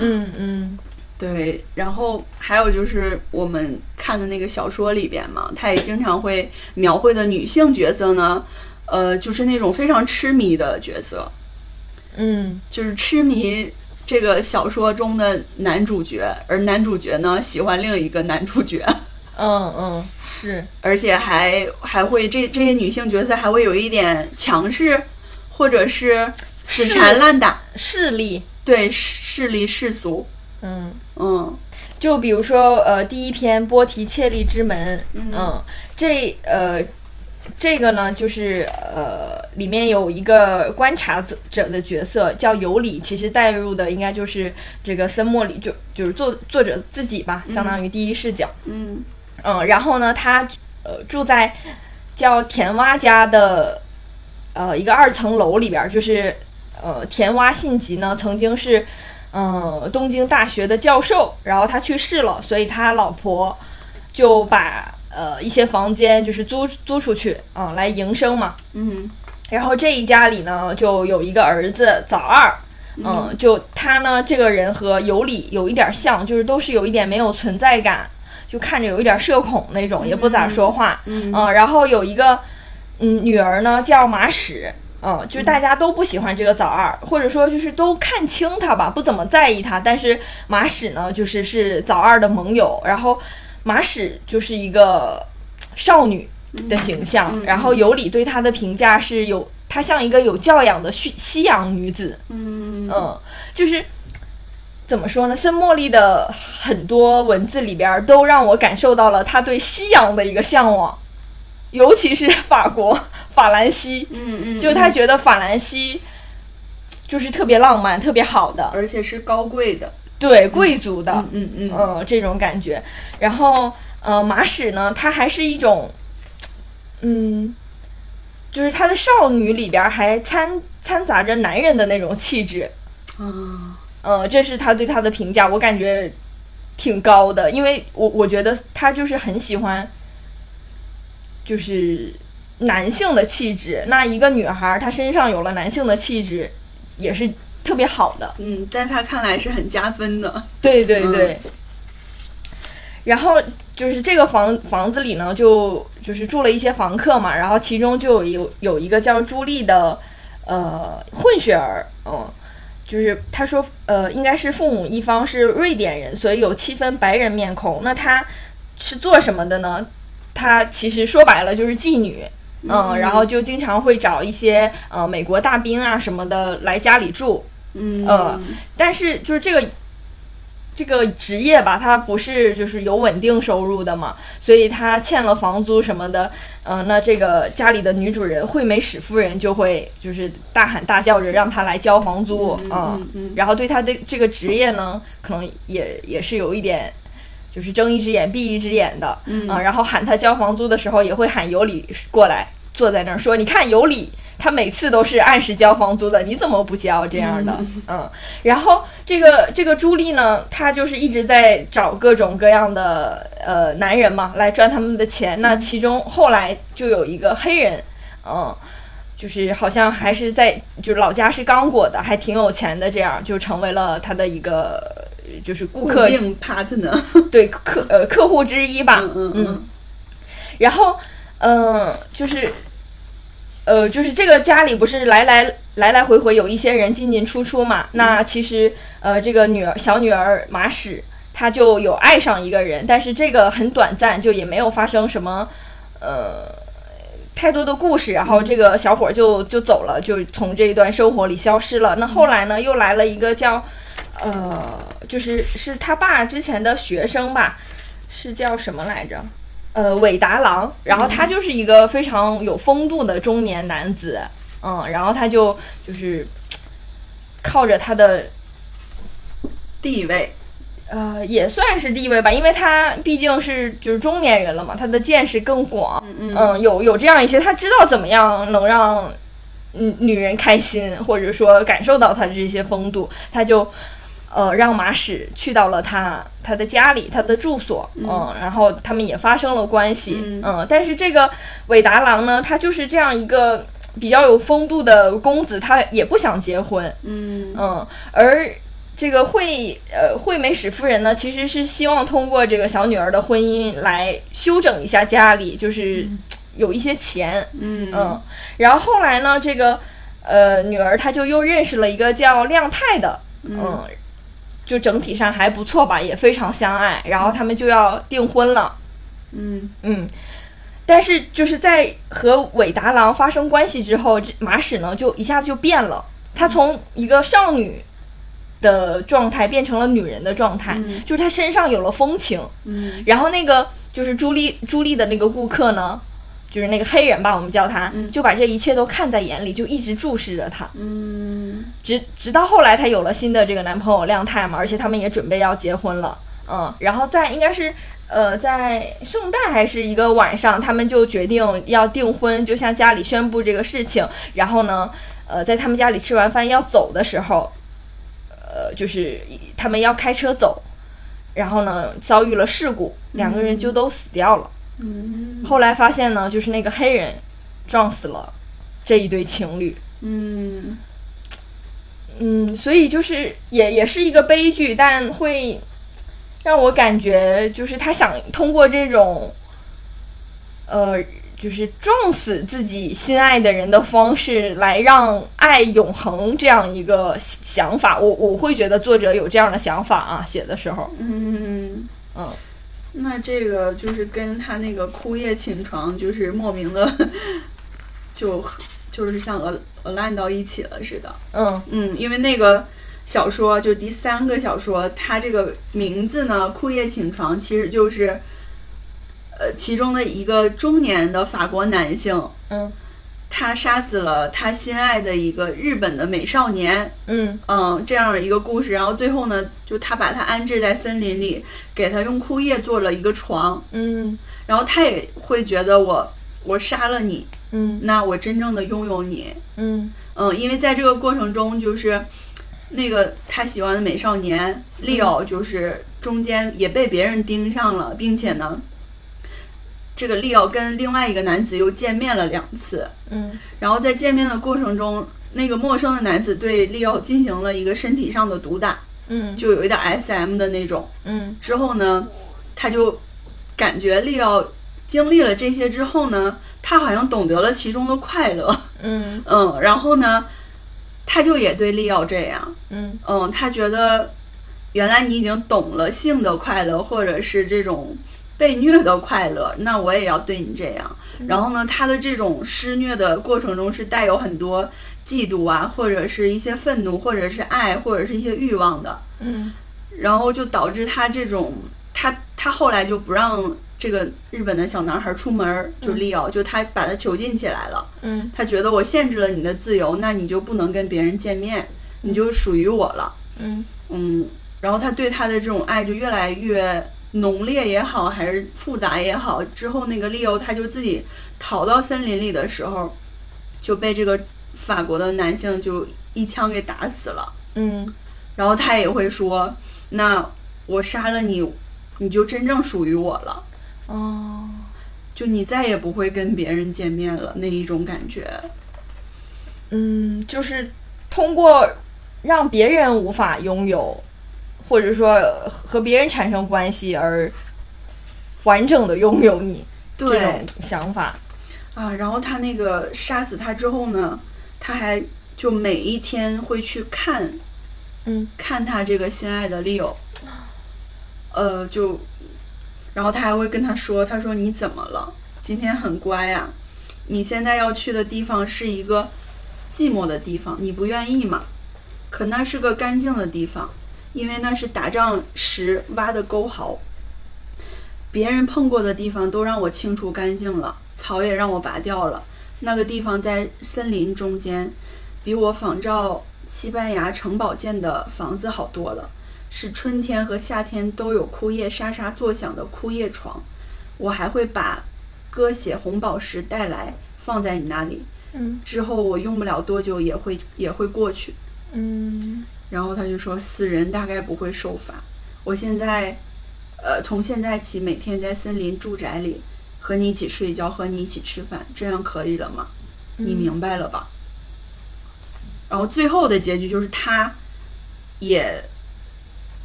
A: 嗯嗯
B: 对，然后还有就是我们看的那个小说里边嘛，他也经常会描绘的女性角色呢，呃，就是那种非常痴迷的角色，
A: 嗯
B: 就是痴迷这个小说中的男主角，而男主角呢喜欢另一个男主角，
A: 嗯嗯，是，
B: 而且还还会这这些女性角色还会有一点强势，或者是死缠烂打，
A: 势力，
B: 对势力世俗，
A: 嗯。
B: 嗯，
A: 就比如说，呃，第一篇《波提切利之门》，
B: 嗯
A: 嗯，这呃，这个呢，就是呃，里面有一个观察者者的角色叫尤里，其实带入的应该就是这个森莫里，就就是作作者自己吧，相当于第一视角，
B: 嗯
A: 嗯，然后呢，他呃住在叫田蛙家的呃一个二层楼里边儿，就是呃田蛙信吉呢曾经是呃东京大学的教授，然后他去世了，所以他老婆就把呃一些房间就是租租出去啊、呃来营生嘛。
B: 嗯
A: 然后这一家里呢就有一个儿子早二，嗯，就他呢，这个人和尤里有一点像，就是都是有一点没有存在感，就看着有一点社恐那种，也不咋说话。
B: 嗯
A: 嗯，然后有一个嗯女儿呢叫马史，嗯，就是大家都不喜欢这个早二，或者说就是都看清他吧，不怎么在意他。但是马史呢，就是是早二的盟友，然后马史就是一个少女的形象，
B: 嗯嗯
A: 然后尤里对她的评价是有，她像一个有教养的西西洋女子。
B: 嗯
A: 嗯，就是怎么说呢？森茉莉的很多文字里边儿都让我感受到了她对西洋的一个向往，尤其是法国法兰西，
B: 嗯嗯，
A: 就她觉得法兰西就是特别浪漫、特别好的，
B: 而且是高贵的，
A: 对贵族的，
B: 嗯嗯嗯
A: 嗯，这种感觉。然后，呃，马史呢，她还是一种，嗯，就是她的少女里边儿还掺掺杂着男人的那种气质，
B: 啊，
A: 呃，这是他对他的评价，我感觉挺高的，因为我我觉得他就是很喜欢，就是男性的气质。那一个女孩儿，她身上有了男性的气质，也是特别好的。
B: 嗯，在他看来是很加分的，
A: 对对对。
B: 嗯
A: 然后就是这个房房子里呢，就就是住了一些房客嘛，然后其中就有有有一个叫朱莉的呃混血儿，嗯。就是他说，呃，应该是父母一方是瑞典人，所以有七分白人面孔。那他是做什么的呢？他其实说白了就是妓女，嗯，然后就经常会找一些呃美国大兵啊什么的来家里住，
B: 嗯
A: 呃但是就是这个这个职业吧，它不是就是有稳定收入的嘛，所以他欠了房租什么的，嗯、那这个家里的女主人惠美史夫人就会就是大喊大叫着让他来交房租
B: 嗯
A: 啊、
B: 嗯嗯
A: 然后对他的这个职业呢，可能也也是有一点。就是睁一只眼闭一只眼的，
B: 嗯
A: 啊然后喊他交房租的时候，也会喊尤里过来，坐在那儿说：“你看尤里，他每次都是按时交房租的，你怎么不交？”这样的，嗯，然后这个这个朱莉呢，她就是一直在找各种各样的呃男人嘛，来赚他们的钱。那其中后来就有一个黑人，嗯，就是好像还是在就是老家是刚果的，还挺有钱的，这样就成为了她的一个呃就是顾
B: 固
A: 客
B: 定 partner，
A: 对客呃客户之一吧，
B: 嗯嗯嗯
A: 然后，嗯、就是，呃，就是这个家里不是来来来来回回有一些人进进出出嘛？那其实，呃，这个女儿小女儿马史，她就有爱上一个人，但是这个很短暂，就也没有发生什么，呃。太多的故事，然后这个小伙儿就就走了，就从这一段生活里消失了。那后来呢，又来了一个叫，呃，就是是他爸之前的学生吧，是叫什么来着？呃韦达郎，然后他就是一个非常有风度的中年男子，嗯，然后他就就是靠着他的
B: 地位，
A: 呃也算是地位吧，因为他毕竟是就是中年人了嘛，他的见识更广，
B: 嗯嗯
A: 嗯，有有这样一些，他知道怎么样能让嗯女人开心，或者说感受到他的这些风度，他就呃让马史去到了他他的家里，他的住所，嗯，然后他们也发生了关系，
B: 嗯
A: 嗯，但是这个韦达郎呢，他就是这样一个比较有风度的公子，他也不想结婚，
B: 嗯
A: 嗯，而这个惠呃惠美史夫人呢，其实是希望通过这个小女儿的婚姻来修整一下家里，就是有一些钱，
B: 嗯
A: 嗯，然后后来呢，这个呃女儿她就又认识了一个叫亮太的，嗯。就整体上还不错吧，也非常相爱，然后他们就要订婚了。
B: 嗯
A: 嗯。但是就是在和韦达郎发生关系之后，这马史呢就一下子就变了，她从一个少女的状态变成了女人的状态，
B: 嗯
A: 就是她身上有了风情。
B: 嗯
A: 然后那个就是朱莉，朱莉的那个顾客呢，就是那个黑人吧，我们叫他，
B: 嗯
A: 就把这一切都看在眼里，就一直注视着她，
B: 嗯
A: 直直到后来她有了新的这个男朋友亮太嘛，而且他们也准备要结婚了，嗯，然后在应该是。呃，在圣诞还是一个晚上，他们就决定要订婚，就向家里宣布这个事情。然后呢，呃，在他们家里吃完饭要走的时候，呃，就是他们要开车走，然后呢遭遇了事故，两个人就都死掉了。
B: 嗯
A: 后来发现呢，就是那个黑人撞死了这一对情侣。
B: 嗯
A: 嗯，所以就是也也是一个悲剧，但会让我感觉就是他想通过这种，呃，就是撞死自己心爱的人的方式来让爱永恒这样一个想法，我我会觉得作者有这样的想法啊，写的时候，
B: 嗯，
A: 嗯，
B: 那这个就是跟他那个枯叶寝床，就是莫名的就就是像呃呃烂到一起了似的。
A: 嗯
B: 嗯，因为那个小说就第三个小说，它这个名字呢，《枯叶寝床》其实就是，呃，其中的一个中年的法国男性，
A: 嗯
B: 他杀死了他心爱的一个日本的美少年，
A: 嗯
B: 嗯，这样的一个故事。然后最后呢，就他把他安置在森林里，给他用枯叶做了一个床，
A: 嗯
B: 然后他也会觉得我我杀了你，
A: 嗯
B: 那我真正的拥有你，
A: 嗯
B: 嗯，因为在这个过程中，就是那个他喜欢的美少年利奥，就是中间也被别人盯上了，并且呢，这个利奥跟另外一个男子又见面了两次。
A: 嗯
B: 然后在见面的过程中，那个陌生的男子对利奥进行了一个身体上的毒打，
A: 嗯
B: 就有一点 S.M 的那种。
A: 嗯
B: 之后呢，他就感觉利奥经历了这些之后呢，他好像懂得了其中的快乐。
A: 嗯
B: 嗯，然后呢，他就也对利奥这样，
A: 嗯
B: 嗯，他觉得原来你已经懂了性的快乐，或者是这种被虐的快乐，那我也要对你这样。然后呢，他的这种施虐的过程中是带有很多嫉妒啊，或者是一些愤怒，或者是爱，或者是一些欲望的，
A: 嗯
B: 然后就导致他这种他他后来就不让这个日本的小男孩出门儿，就利奥，就他把他囚禁起来了。
A: 嗯
B: 他觉得我限制了你的自由，那你就不能跟别人见面，你就属于我了。
A: 嗯
B: 嗯，然后他对他的这种爱就越来越浓烈也好，还是复杂也好。之后那个利欧他就自己逃到森林里的时候，就被这个法国的男性就一枪给打死了。
A: 嗯
B: 然后他也会说：“那我杀了你，你就真正属于我了，
A: 哦。
B: 就你再也不会跟别人见面了。”那一种感觉。
A: 嗯，就是通过让别人无法拥有，或者说和别人产生关系而完整的拥有你这
B: 对，
A: 种想法。
B: 啊，然后他那个杀死他之后呢，他还就每一天会去看
A: 嗯
B: 看他这个心爱的 Leo，呃，就，然后他还会跟他说，他说你怎么了？今天很乖呀、你现在要去的地方是一个寂寞的地方，你不愿意嘛？可那是个干净的地方，因为那是打仗时挖的沟壕，别人碰过的地方都让我清除干净了，草也让我拔掉了。那个地方在森林中间，比我仿照西班牙城堡建的房子好多了，是春天和夏天都有枯叶沙沙作响的枯叶床。我还会把鸽血红宝石带来，放在你那里。
A: 嗯
B: 之后我用不了多久也会也会过去。
A: 嗯
B: 然后他就说，死人大概不会受罚。我现在，呃，从现在起每天在森林住宅里和你一起睡觉，和你一起吃饭，这样可以了吗？你
A: 嗯
B: 明白了吧？然后最后的结局就是他也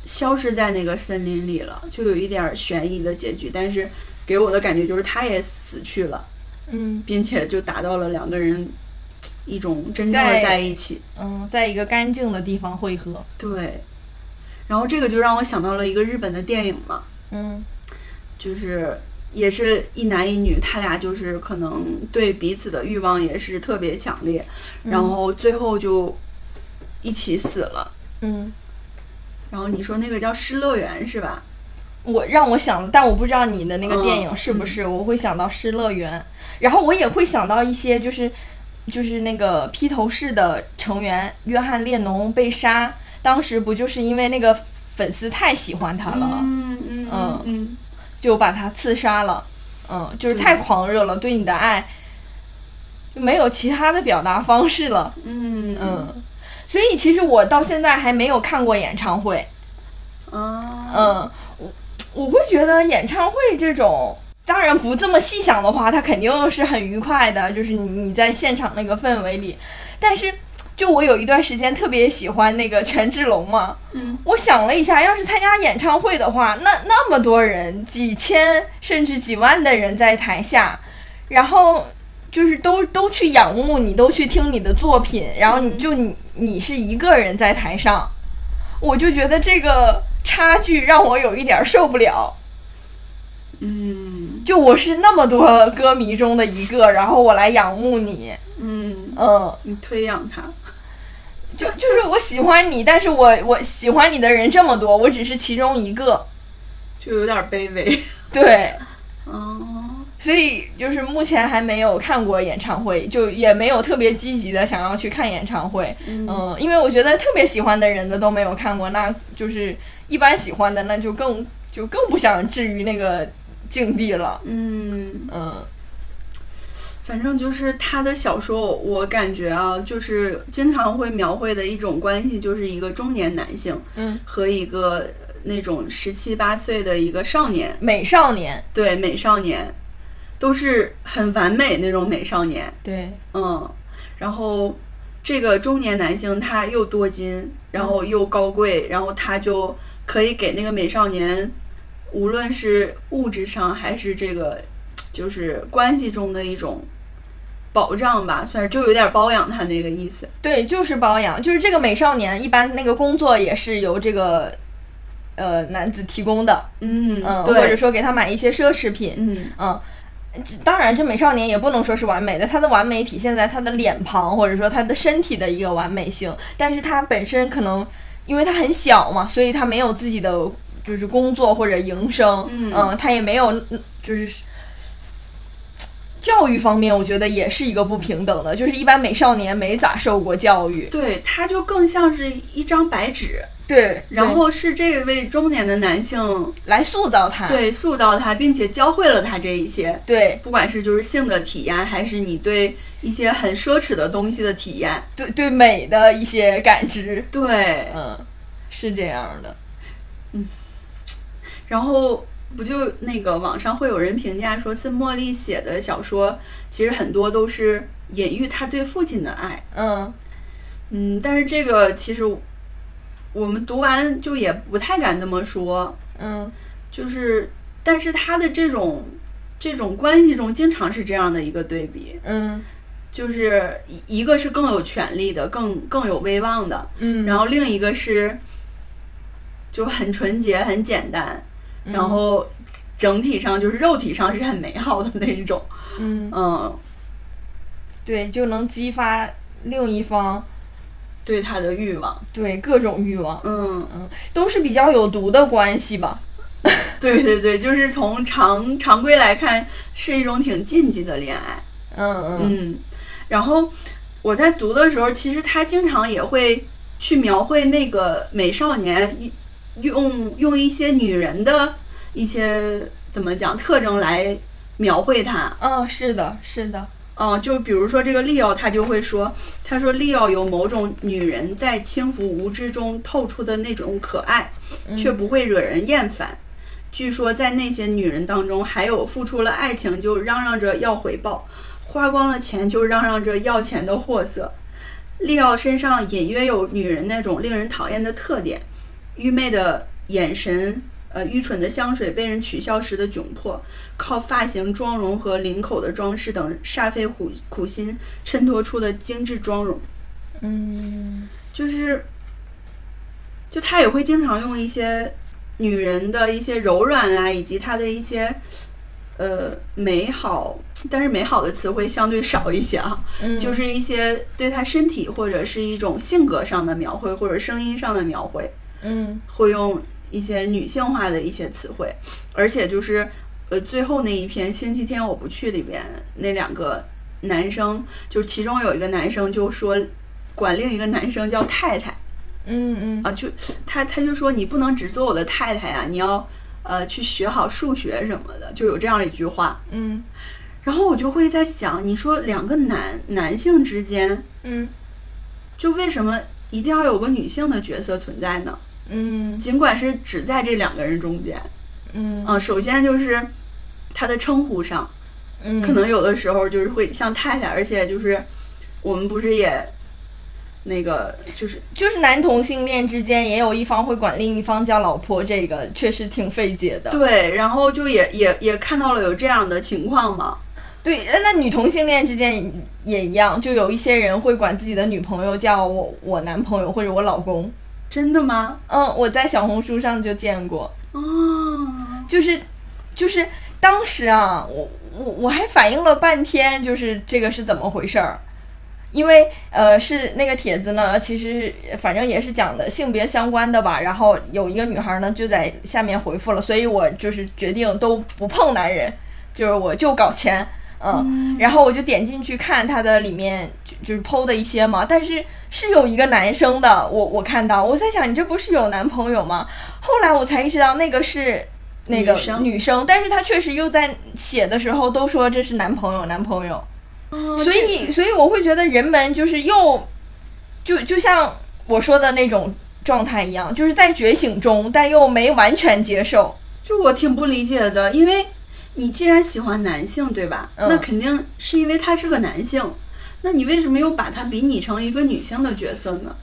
B: 消失在那个森林里了，就有一点儿悬疑的结局。但是给我的感觉就是他也死去了，
A: 嗯
B: 并且就达到了两个人一种真正的
A: 在
B: 在一起。
A: 嗯，在一个干净的地方汇合。
B: 对，然后这个就让我想到了一个日本的电影嘛，
A: 嗯
B: 就是也是一男一女，他俩就是可能对彼此的欲望也是特别强烈，然后最后就一起死了。
A: 嗯，
B: 然后你说那个叫《失乐园》是吧？
A: 我让我想，但我不知道你的那个电影
B: 嗯
A: 是不是，我会想到《失乐园》，然后我也会想到一些就是就是那个披头士的成员约翰列侬被杀，当时不就是因为那个粉丝太喜欢他了，
B: 嗯嗯
A: 嗯
B: 嗯，
A: 就把他刺杀了，嗯，就是太狂热了，对你的爱就没有其他的表达方式了，
B: 嗯
A: 嗯，所以其实我到现在还没有看过演唱会，
B: 啊，
A: 嗯，我我会觉得演唱会这种，当然不这么细想的话，它肯定是很愉快的，就是你你在现场那个氛围里。但是，就我有一段时间特别喜欢那个权志龙嘛，
B: 嗯，
A: 我想了一下，要是参加演唱会的话，那那么多人，几千甚至几万的人在台下，然后。就是都都去仰慕你，都去听你的作品，然后你就你你是一个人在台上，我就觉得这个差距让我有一点儿受不了。
B: 嗯
A: 就我是那么多歌迷中的一个，然后我来仰慕你，
B: 嗯，
A: 嗯，
B: 你推仰他，
A: 就就是我喜欢你，但是我我喜欢你的人这么多，我只是其中一个，
B: 就有点卑微。
A: 对，
B: 哦，
A: 所以就是目前还没有看过演唱会，就也没有特别积极的想要去看演唱会，
B: 嗯
A: 嗯，因为我觉得特别喜欢的人的都没有看过，那就是一般喜欢的那就更就更不想置于那个境地了，
B: 嗯，
A: 嗯。
B: 反正就是他的小说，我我感觉啊，就是经常会描绘的一种关系，就是一个中年男性
A: 嗯
B: 和一个那种十七八岁的一个少年，
A: 美少年，
B: 对美少年，都是很完美那种美少年。
A: 对，
B: 嗯，然后这个中年男性他又多金，然后又高贵，然后他就可以给那个美少年，无论是物质上还是这个就是关系中的一种保障吧，算是就有点包养他那个意思。
A: 对，就是包养，就是这个美少年，一般那个工作也是由这个呃男子提供的，
B: 嗯
A: 嗯，或者
B: 对，
A: 说给他买一些奢侈品，
B: 嗯
A: 嗯。这当然，这美少年也不能说是完美的，他的完美体现在他的脸庞，或者说他的身体的一个完美性。但是他本身可能，因为他很小嘛，所以他没有自己的就是工作或者营生，
B: 嗯
A: 他也没有嗯就是教育方面，我觉得也是一个不平等的，就是一般美少年没咋受过教育，
B: 对，他就更像是一张白纸，
A: 对，啊
B: 然后是这位中年的男性
A: 来塑造他，
B: 对塑造他，并且教会了他这一切。
A: 对
B: 不管是就是性的体验，还是你对一些很奢侈的东西的体验，
A: 对对美的一些感知，
B: 对，
A: 嗯，是这样的，
B: 然后不就那个网上会有人评价说，是茉莉写的小说，其实很多都是隐喻她对父亲的爱，
A: 嗯
B: 嗯，但是这个其实我们读完就也不太敢这么说，
A: 嗯
B: 就是，但是她的这种这种关系中，经常是这样的一个对比，
A: 嗯
B: 就是一一个是更有权力的，更更有威望的。
A: 嗯，
B: 然
A: 后
B: 后另一个是就很纯洁、很简单，
A: 嗯
B: 然后整体上就是肉体上是很美好的那一种，
A: 嗯，
B: 嗯，
A: 对，就能激发另一方
B: 对他的欲望，
A: 对各种欲望，
B: 嗯，
A: 都是比较有毒的关系吧，
B: 对对对，就是从常常规来看是一种挺禁忌的恋爱，
A: 嗯嗯
B: 嗯，然后我在读的时候，其实他经常也会去描绘那个美少年一用用一些女人的一些怎么讲特征来描绘他，
A: 嗯，是的，是的，
B: 嗯，就比如说这个利奥，他就会说，他说利奥有某种女人在轻浮无知中透出的那种可爱，
A: 嗯
B: 却不会惹人厌烦。据说在那些女人当中，还有付出了爱情就嚷嚷着要回报，花光了钱就嚷嚷着要钱的货色。利奥身上隐约有女人那种令人讨厌的特点，愚昧的眼神，呃，愚蠢的香水被人取笑时的窘迫，靠发型、妆容和领口的装饰等煞费苦苦心衬托出的精致妆容，
A: 嗯
B: 就是，就他也会经常用一些女人的一些柔软啊，以及她的一些呃美好，但是美好的词汇相对少一些啊，
A: 嗯
B: 就是一些对他身体或者是一种性格上的描绘，或者声音上的描绘，
A: 嗯
B: 会用一些女性化的一些词汇，而且就是呃最后那一篇《星期天我不去》里边那两个男生，就其中有一个男生就说管另一个男生叫太太
A: 嗯嗯
B: 啊，就他他就说你不能只做我的太太呀、你要呃去学好数学什么的，就有这样的一句话。
A: 嗯
B: 然后我就会在想，你说两个男男性之间，
A: 嗯
B: 就为什么一定要有个女性的角色存在呢？
A: 嗯
B: 尽管是只在这两个人中间，
A: 嗯
B: 嗯，首先就是他的称呼上，
A: 嗯，
B: 可能有的时候就是会像太太，而且就是我们不是也那个就是
A: 就是男同性恋之间也有一方会管另一方叫老婆，这个确实挺费解的。
B: 对，然后就也也也看到了有这样的情况嘛，
A: 对，呃那女同性恋之间也一样，就有一些人会管自己的女朋友叫我我男朋友或者我老公。
B: 真的吗？
A: 嗯，我在小红书上就见过，
B: 哦，
A: 就是就是当时啊，我我我还反应了半天，就是这个是怎么回事儿。因为呃是那个帖子呢，其实反正也是讲的性别相关的吧。然后有一个女孩呢就在下面回复了，所以我就是决定都不碰男人，就是我就搞钱，嗯。然后我就点进去看她的里面就就是剖的一些嘛，但是是有一个男生的，我我看到我在想你这不是有男朋友吗？后来我才意识到那个是。那个
B: 女生
A: 女生，但是她确实又在写的时候都说这是男朋友，男朋友，
B: 哦
A: 所以，所以我会觉得人们就是又，就就像我说的那种状态一样，就是在觉醒中，但又没完全接受。
B: 就我挺不理解的，因为你既然喜欢男性，对吧？
A: 嗯
B: 那肯定是因为他是个男性，那你为什么又把他比拟成一个女性的角色呢？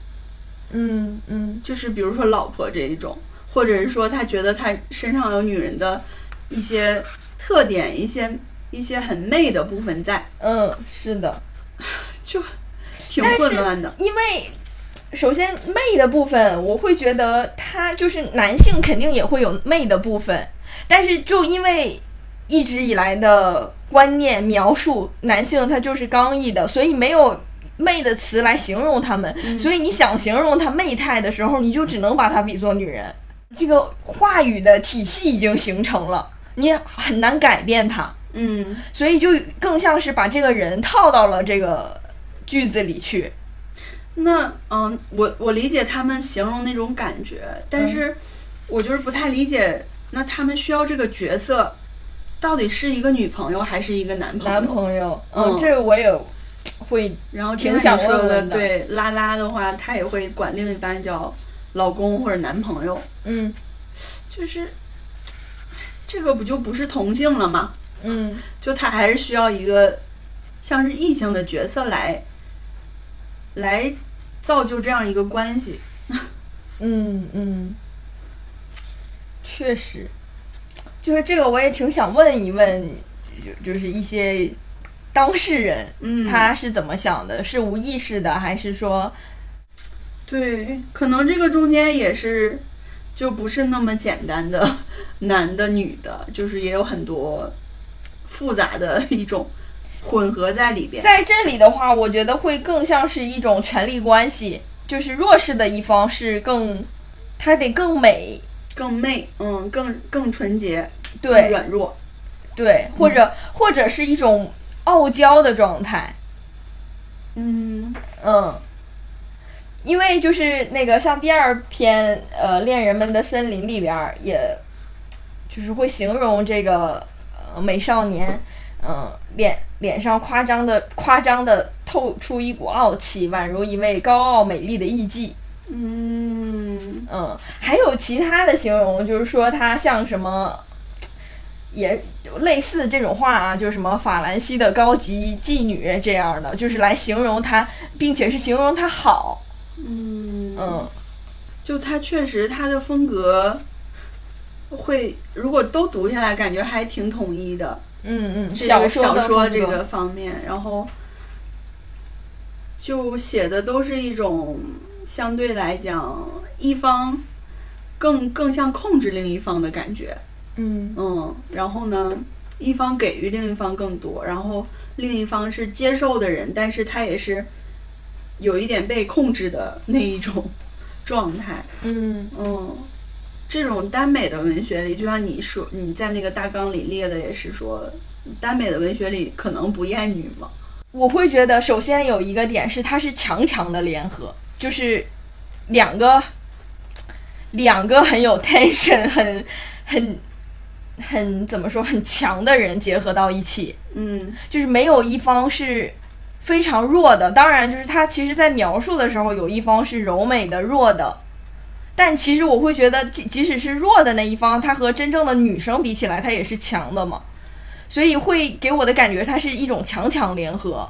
A: 嗯嗯
B: 就是比如说老婆这一种，或者是说他觉得他身上有女人的一些特点，一些一些很媚的部分在，
A: 嗯，是的，
B: 就挺
A: 但是
B: 混乱的。
A: 因为首先媚的部分，我会觉得他就是男性肯定也会有媚的部分，但是就因为一直以来的观念描述男性他就是刚毅的，所以没有。媚的词来形容他们，所以你想形容他媚态的时候，你就只能把她比作女人。这个话语的体系已经形成了，你很难改变它，
B: 嗯，
A: 所以就更像是把这个人套到了这个句子里去。
B: 那嗯，我我理解他们形容那种感觉，但
A: 嗯
B: 是我就是不太理解，那他们需要这个角色到底是一个女朋友还是一个男朋友？
A: 男朋友，
B: 嗯
A: 嗯，这个我也会，
B: 然后
A: 挺
B: 听你
A: 想
B: 说
A: 问
B: 的，
A: 问的
B: 对拉拉的话，他也会管另一半叫老公或者男朋友，
A: 嗯
B: 就是这个不就不是同性了吗？
A: 嗯
B: 就他还是需要一个像是异性的角色来来造就这样一个关系。
A: 嗯嗯，确实，就是这个我也挺想问一问，就就是一些当事人
B: 嗯，
A: 他是怎么想的，是无意识的，还是说，
B: 对，可能这个中间也是就不是那么简单的男的女的，就是也有很多复杂的一种混合在里边。
A: 在这里的话，我觉得会更像是一种权力关系，就是弱势的一方是更，他得更美，
B: 更媚，嗯，更更纯洁，
A: 对，
B: 更软嗯弱，
A: 对，或者、或者是一种傲娇的状态，
B: 嗯
A: 嗯，因为就是那个像第二篇呃《恋人们的森林》里边儿，也就是会形容这个呃美少年，嗯、脸脸上夸张的夸张的透出一股傲气，宛如一位高傲美丽的艺妓，
B: 嗯，
A: 嗯，还有其他的形容，就是说它像什么，也类似这种话啊，就是什么法兰西的高级妓女这样的，就是来形容它，并且是形容它好。
B: 嗯
A: 嗯
B: 就他确实他的风格会，如果都读下来，感觉还挺统一的。
A: 嗯嗯，
B: 这个
A: 说
B: 小
A: 的
B: 说
A: 风
B: 这
A: 格
B: 个方面，然后就写的都是一种相对来讲一方更更像控制另一方的感觉，
A: 嗯
B: 嗯，然后呢，一方给予另一方更多，然后另一方是接受的人，但是他也是有一点被控制的那一种 (laughs) 状态。
A: 嗯
B: 嗯，这种耽美的文学里，就像你说你在那个大纲里列的，也是说耽美的文学里可能不厌女嘛。
A: 我会觉得，首先有一个点是，它是强强的联合，就是两个两个很有 tension、很很很怎么说很强的人结合到一起，
B: 嗯
A: 就是没有一方是非常弱的。当然，就是他其实在描述的时候，有一方是柔美的、弱的。但其实我会觉得，即即使是弱的那一方，他和真正的女生比起来，他也是强的嘛。所以会给我的感觉，它是一种强强联合。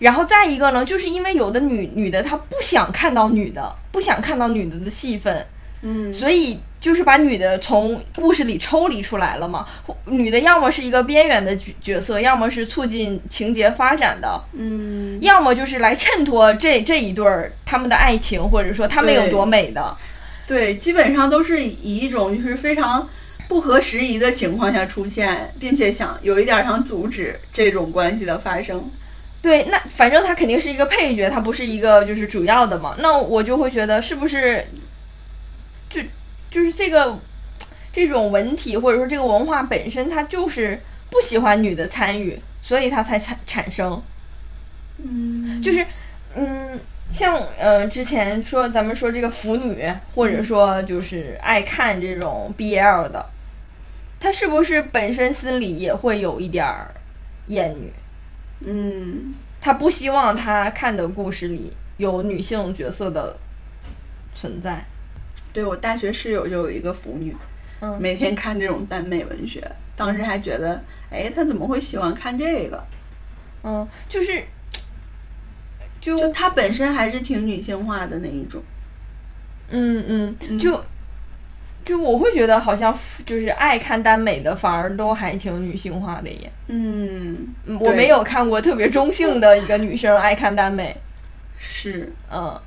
A: 然后再一个呢，就是因为有的女女的她不想看到女的，不想看到女的的戏份，
B: 嗯
A: 所以就是把女的从故事里抽离出来了嘛。或女的要么是一个边缘的角角色，要么是促进情节发展的，
B: 嗯，
A: 要么就是来衬托这这一对儿他们的爱情，或者说他们有
B: 对
A: 多美的。
B: 对，基本上都是以一种就是非常不合时宜的情况下出现，并且想有一点想阻止这种关系的发生。
A: 对，那反正他肯定是一个配角，他不是一个就是主要的嘛。那我就会觉得是不是就就是这个这种文体或者说这个文化本身，它就是不喜欢女的参与，所以它才产产生。
B: 嗯
A: 就是嗯，像呃之前说咱们说这个腐女，或者说就是爱看这种 BL 的，她是不是本身心里也会有一点儿厌女？
B: 嗯，
A: 他不希望他看的故事里有女性角色的存在。
B: 对我大学室友就有一个腐女，
A: 嗯
B: 每天看这种耽美文学，当时还觉得，哎，她怎么会喜欢看这个？
A: 嗯，就是就
B: 就她本身还是挺女性化的那一种。
A: 嗯嗯，
B: 嗯
A: 就就我会觉得好像就是爱看耽美的反而都还挺女性化的耶。
B: 嗯，
A: 嗯我
B: 对
A: 没有看过特别中性的一个女生爱看耽美，
B: 是，
A: 嗯，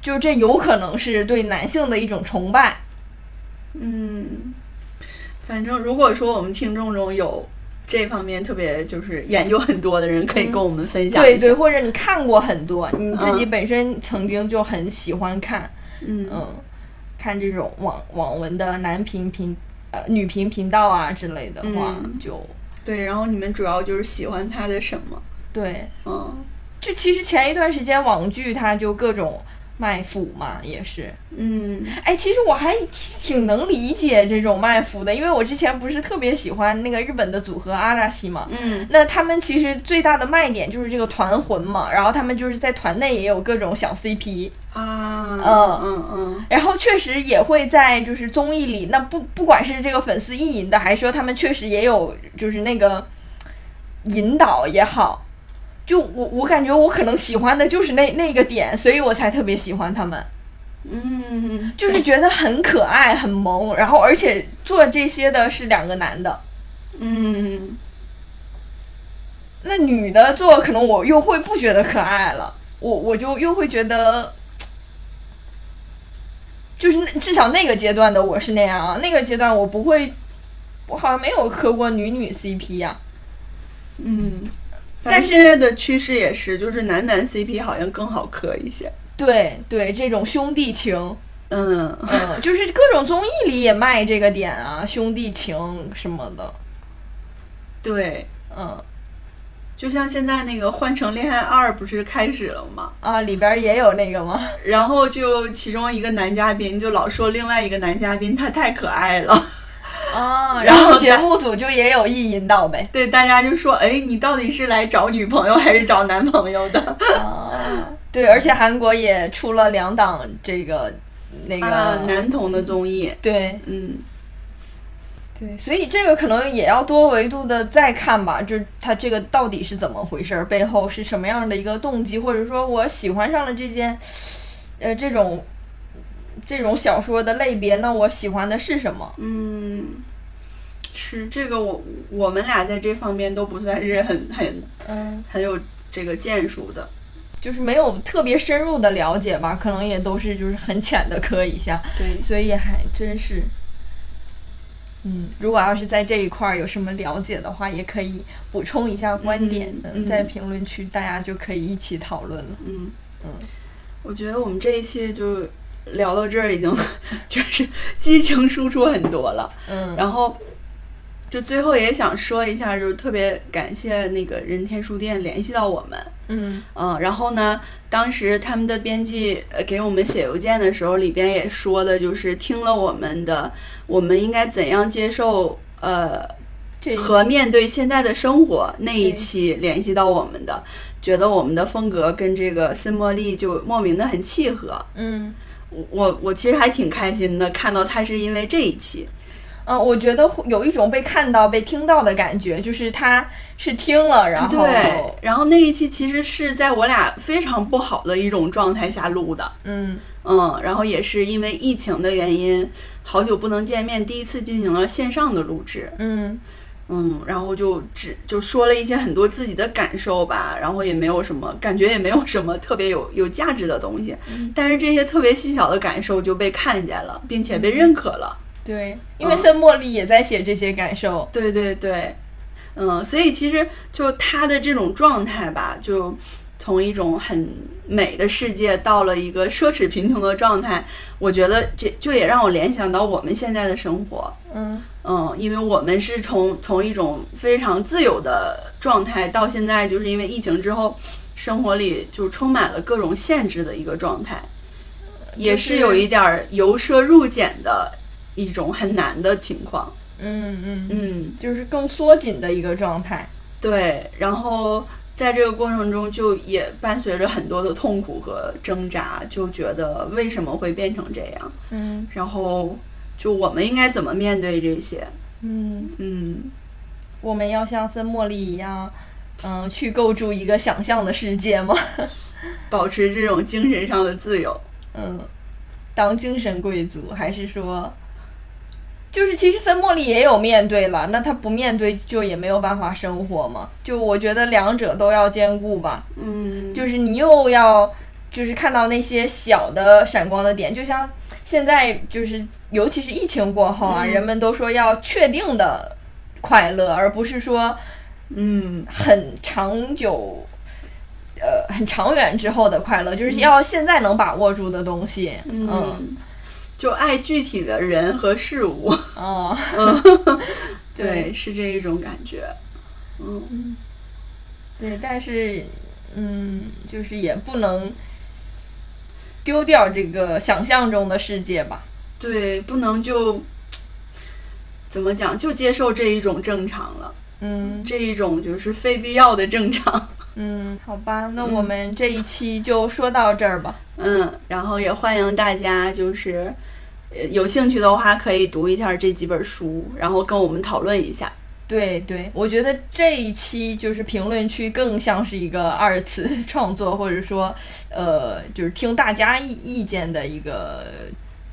A: 就这有可能是对男性的一种崇拜。
B: 嗯，反正如果说我们听众中有这方面特别就是研究很多的人，可以跟我们分享一下。
A: 对对，或者你看过很多，你自己
B: 嗯
A: 本身曾经就很喜欢看，
B: 嗯，
A: 嗯，看这种网网文的男频频呃女频频道啊之类的话，
B: 嗯
A: 就
B: 对。然后你们主要就是喜欢她的什么？
A: 对，
B: 嗯
A: 就其实前一段时间网剧它就各种卖腐嘛，也是，
B: 嗯
A: 哎，其实我还挺挺能理解这种卖腐的，因为我之前不是特别喜欢那个日本的组合阿拉西嘛。
B: 嗯
A: 那他们其实最大的卖点就是这个团魂嘛，然后他们就是在团内也有各种小 CP，
B: 啊，嗯嗯
A: 然后确实也会在就是综艺里，那不不管是这个粉丝意淫的，还是说他们确实也有就是那个引导也好，就我我感觉我可能喜欢的就是那那个点，所以我才特别喜欢他们，
B: 嗯，
A: 就是觉得很可爱很萌，然后而且做这些的是两个男的，
B: 嗯，
A: 那女的做可能我又会不觉得可爱了，我我就又会觉得，就是那至少那个阶段的我是那样啊，那个阶段我不会，我好像没有磕过女女啊 CP 呀、
B: 嗯，
A: 但
B: 但
A: 是
B: 现在的趋势也是，就是男男 CP 好像更好磕一些。
A: 对对，这种兄弟情，
B: 嗯，
A: 嗯，就是各种综艺里也卖这个点啊，兄弟情什么的，
B: 对，
A: 嗯
B: 就像现在那个《换乘恋爱二》不是开始了吗？
A: 啊，里边也有那个吗？
B: 然后就其中一个男嘉宾就老说另外一个男嘉宾他太可爱了， (laughs)
A: 啊，然
B: 然后
A: 后节
B: 在
A: 目组就也有意引导呗，
B: 对大家就说，哎，你到底是来找女朋友还是找男朋友的？
A: 啊，对，而且韩国也出了两档这个 (laughs) 那个、
B: 啊，男同的综艺，
A: 对
B: 嗯，
A: 对，所以这个可能也要多维度的再看吧，就是它这个到底是怎么回事儿，背后是什么样的一个动机，或者说我喜欢上了这件，呃，这种这种小说的类别，那我喜欢的是什么？
B: 嗯，是这个我我们俩在这方面都不算是很很
A: 嗯，
B: 很有这个建树的。
A: 就是没有特别深入的了解吧，可能也都是就是很浅的磕一下，
B: 对，
A: 所以还真是。嗯，如果要是在这一块儿有什么了解的话，也可以补充一下观点，
B: 嗯
A: 嗯
B: 嗯
A: 在评论区大家就可以一起讨论了。
B: 嗯
A: 嗯，
B: 我觉得我们这一期就聊到这儿，已经 (laughs) 就是激情输出很多了。
A: 嗯
B: 然后就最后也想说一下，就是特别感谢那个人天书店联系到我们。
A: 嗯
B: 嗯，然后呢，当时他们的编辑呃给我们写邮件的时候，里边也说的就是听了我们的，我们应该怎样接受呃
A: 这
B: 和面对现在的生活那一
A: 对
B: 期联系到我们的，觉得我们的风格跟这个森茉莉就莫名的很契合。
A: 嗯
B: 我我我其实还挺开心的，看到他是因为这一期，
A: 啊，我觉得会有一种被看到、被听到的感觉，就是他是听了，然后
B: 对，然后那一期其实是在我俩非常不好的一种状态下录的，
A: 嗯
B: 嗯，然后也是因为疫情的原因，好久不能见面，第一次进行了线上的录制，
A: 嗯
B: 嗯，然后就只就说了一些很多自己的感受吧，然后也没有什么感觉，也没有什么特别有 (laughs) 有价值的东西，
A: 嗯
B: 但是这些特别细小的感受就被看见了，并且
A: 嗯
B: 被认可了，
A: 对，因为森茉莉也在写这些感受，
B: 对对对，嗯，所以其实就他的这种状态吧，就从一种很美的世界到了一个奢侈贫穷的状态，我觉得这就也让我联想到我们现在的生活，
A: 嗯
B: 嗯，因为我们是从从一种非常自由的状态到现在，就是因为疫情之后，生活里就充满了各种限制的一个状态，也
A: 就是
B: 有一点儿由奢入俭的一种很难的情况，
A: 嗯嗯，
B: 嗯。
A: 就是更缩紧的一个状态。
B: 对，然后在这个过程中，就也伴随着很多的痛苦和挣扎，就觉得为什么会变成这样，
A: 嗯
B: 然后就我们应该怎么面对这些？
A: 嗯。
B: 嗯，
A: 我们要像森茉莉一样，嗯，去构筑一个想象的世界吗？ (laughs)
B: 保持这种精神上的自由。
A: 嗯，当精神贵族，还是说，就是其实森茉莉也有面对了，那她不面对就也没有办法生活嘛。就我觉得两者都要兼顾吧，
B: 嗯，
A: 就是你又要就是看到那些小的闪光的点，就像现在就是尤其是疫情过后啊，
B: 嗯
A: 人们都说要确定的快乐，而不是说。
B: 嗯，
A: 很长久，呃，很长远之后的快乐，就是要现在能把握住的东西。嗯，
B: 嗯，就爱具体的人和事物。
A: 哦， (laughs)
B: (laughs) 对，是这一种感觉。嗯，
A: 对，但是，嗯，就是也不能丢掉这个想象中的世界吧。
B: 对，不能就怎么讲，就接受这一种正常了。
A: 嗯
B: 这一种就是非必要的正常。 (laughs)
A: 嗯，好吧，那我们这一期就说到这儿吧。
B: 嗯，然后也欢迎大家就是。呃有兴趣的话，可以读一下这几本书，然后跟我们讨论一下。
A: 对对，我觉得这一期就是评论区更像是一个二次创作，或者说，呃，就是听大家意意见的一个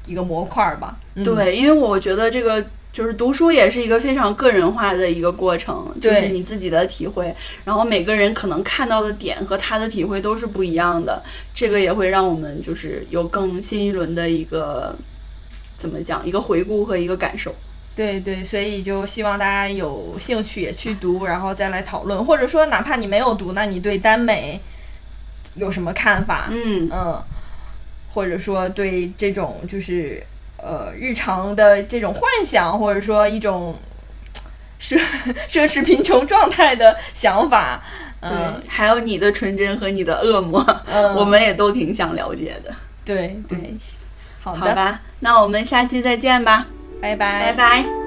A: 一个模块儿吧。嗯、
B: 对，因为我觉得这个就是读书也是一个非常个人化的一个过程，就是
A: 对
B: 你自己的体会，然后每个人可能看到的点和他的体会都是不一样的，这个也会让我们就是有更新一轮的一个怎么讲，一个回顾和一个感受。
A: 对对，所以就希望大家有兴趣也去读，然后再来讨论，或者说哪怕你没有读，那你对耽美有什么看法？
B: 嗯，
A: 嗯，或者说对这种就是呃日常的这种幻想，或者说一种奢奢侈贫穷状态的想法，
B: 对
A: 嗯，，
B: 还有你的纯真和你的恶魔。
A: 嗯
B: 我们也都挺想了解的。
A: 对对，好嗯
B: 好
A: 的，
B: 吧，那我们下期再见吧，
A: 拜拜
B: 拜拜。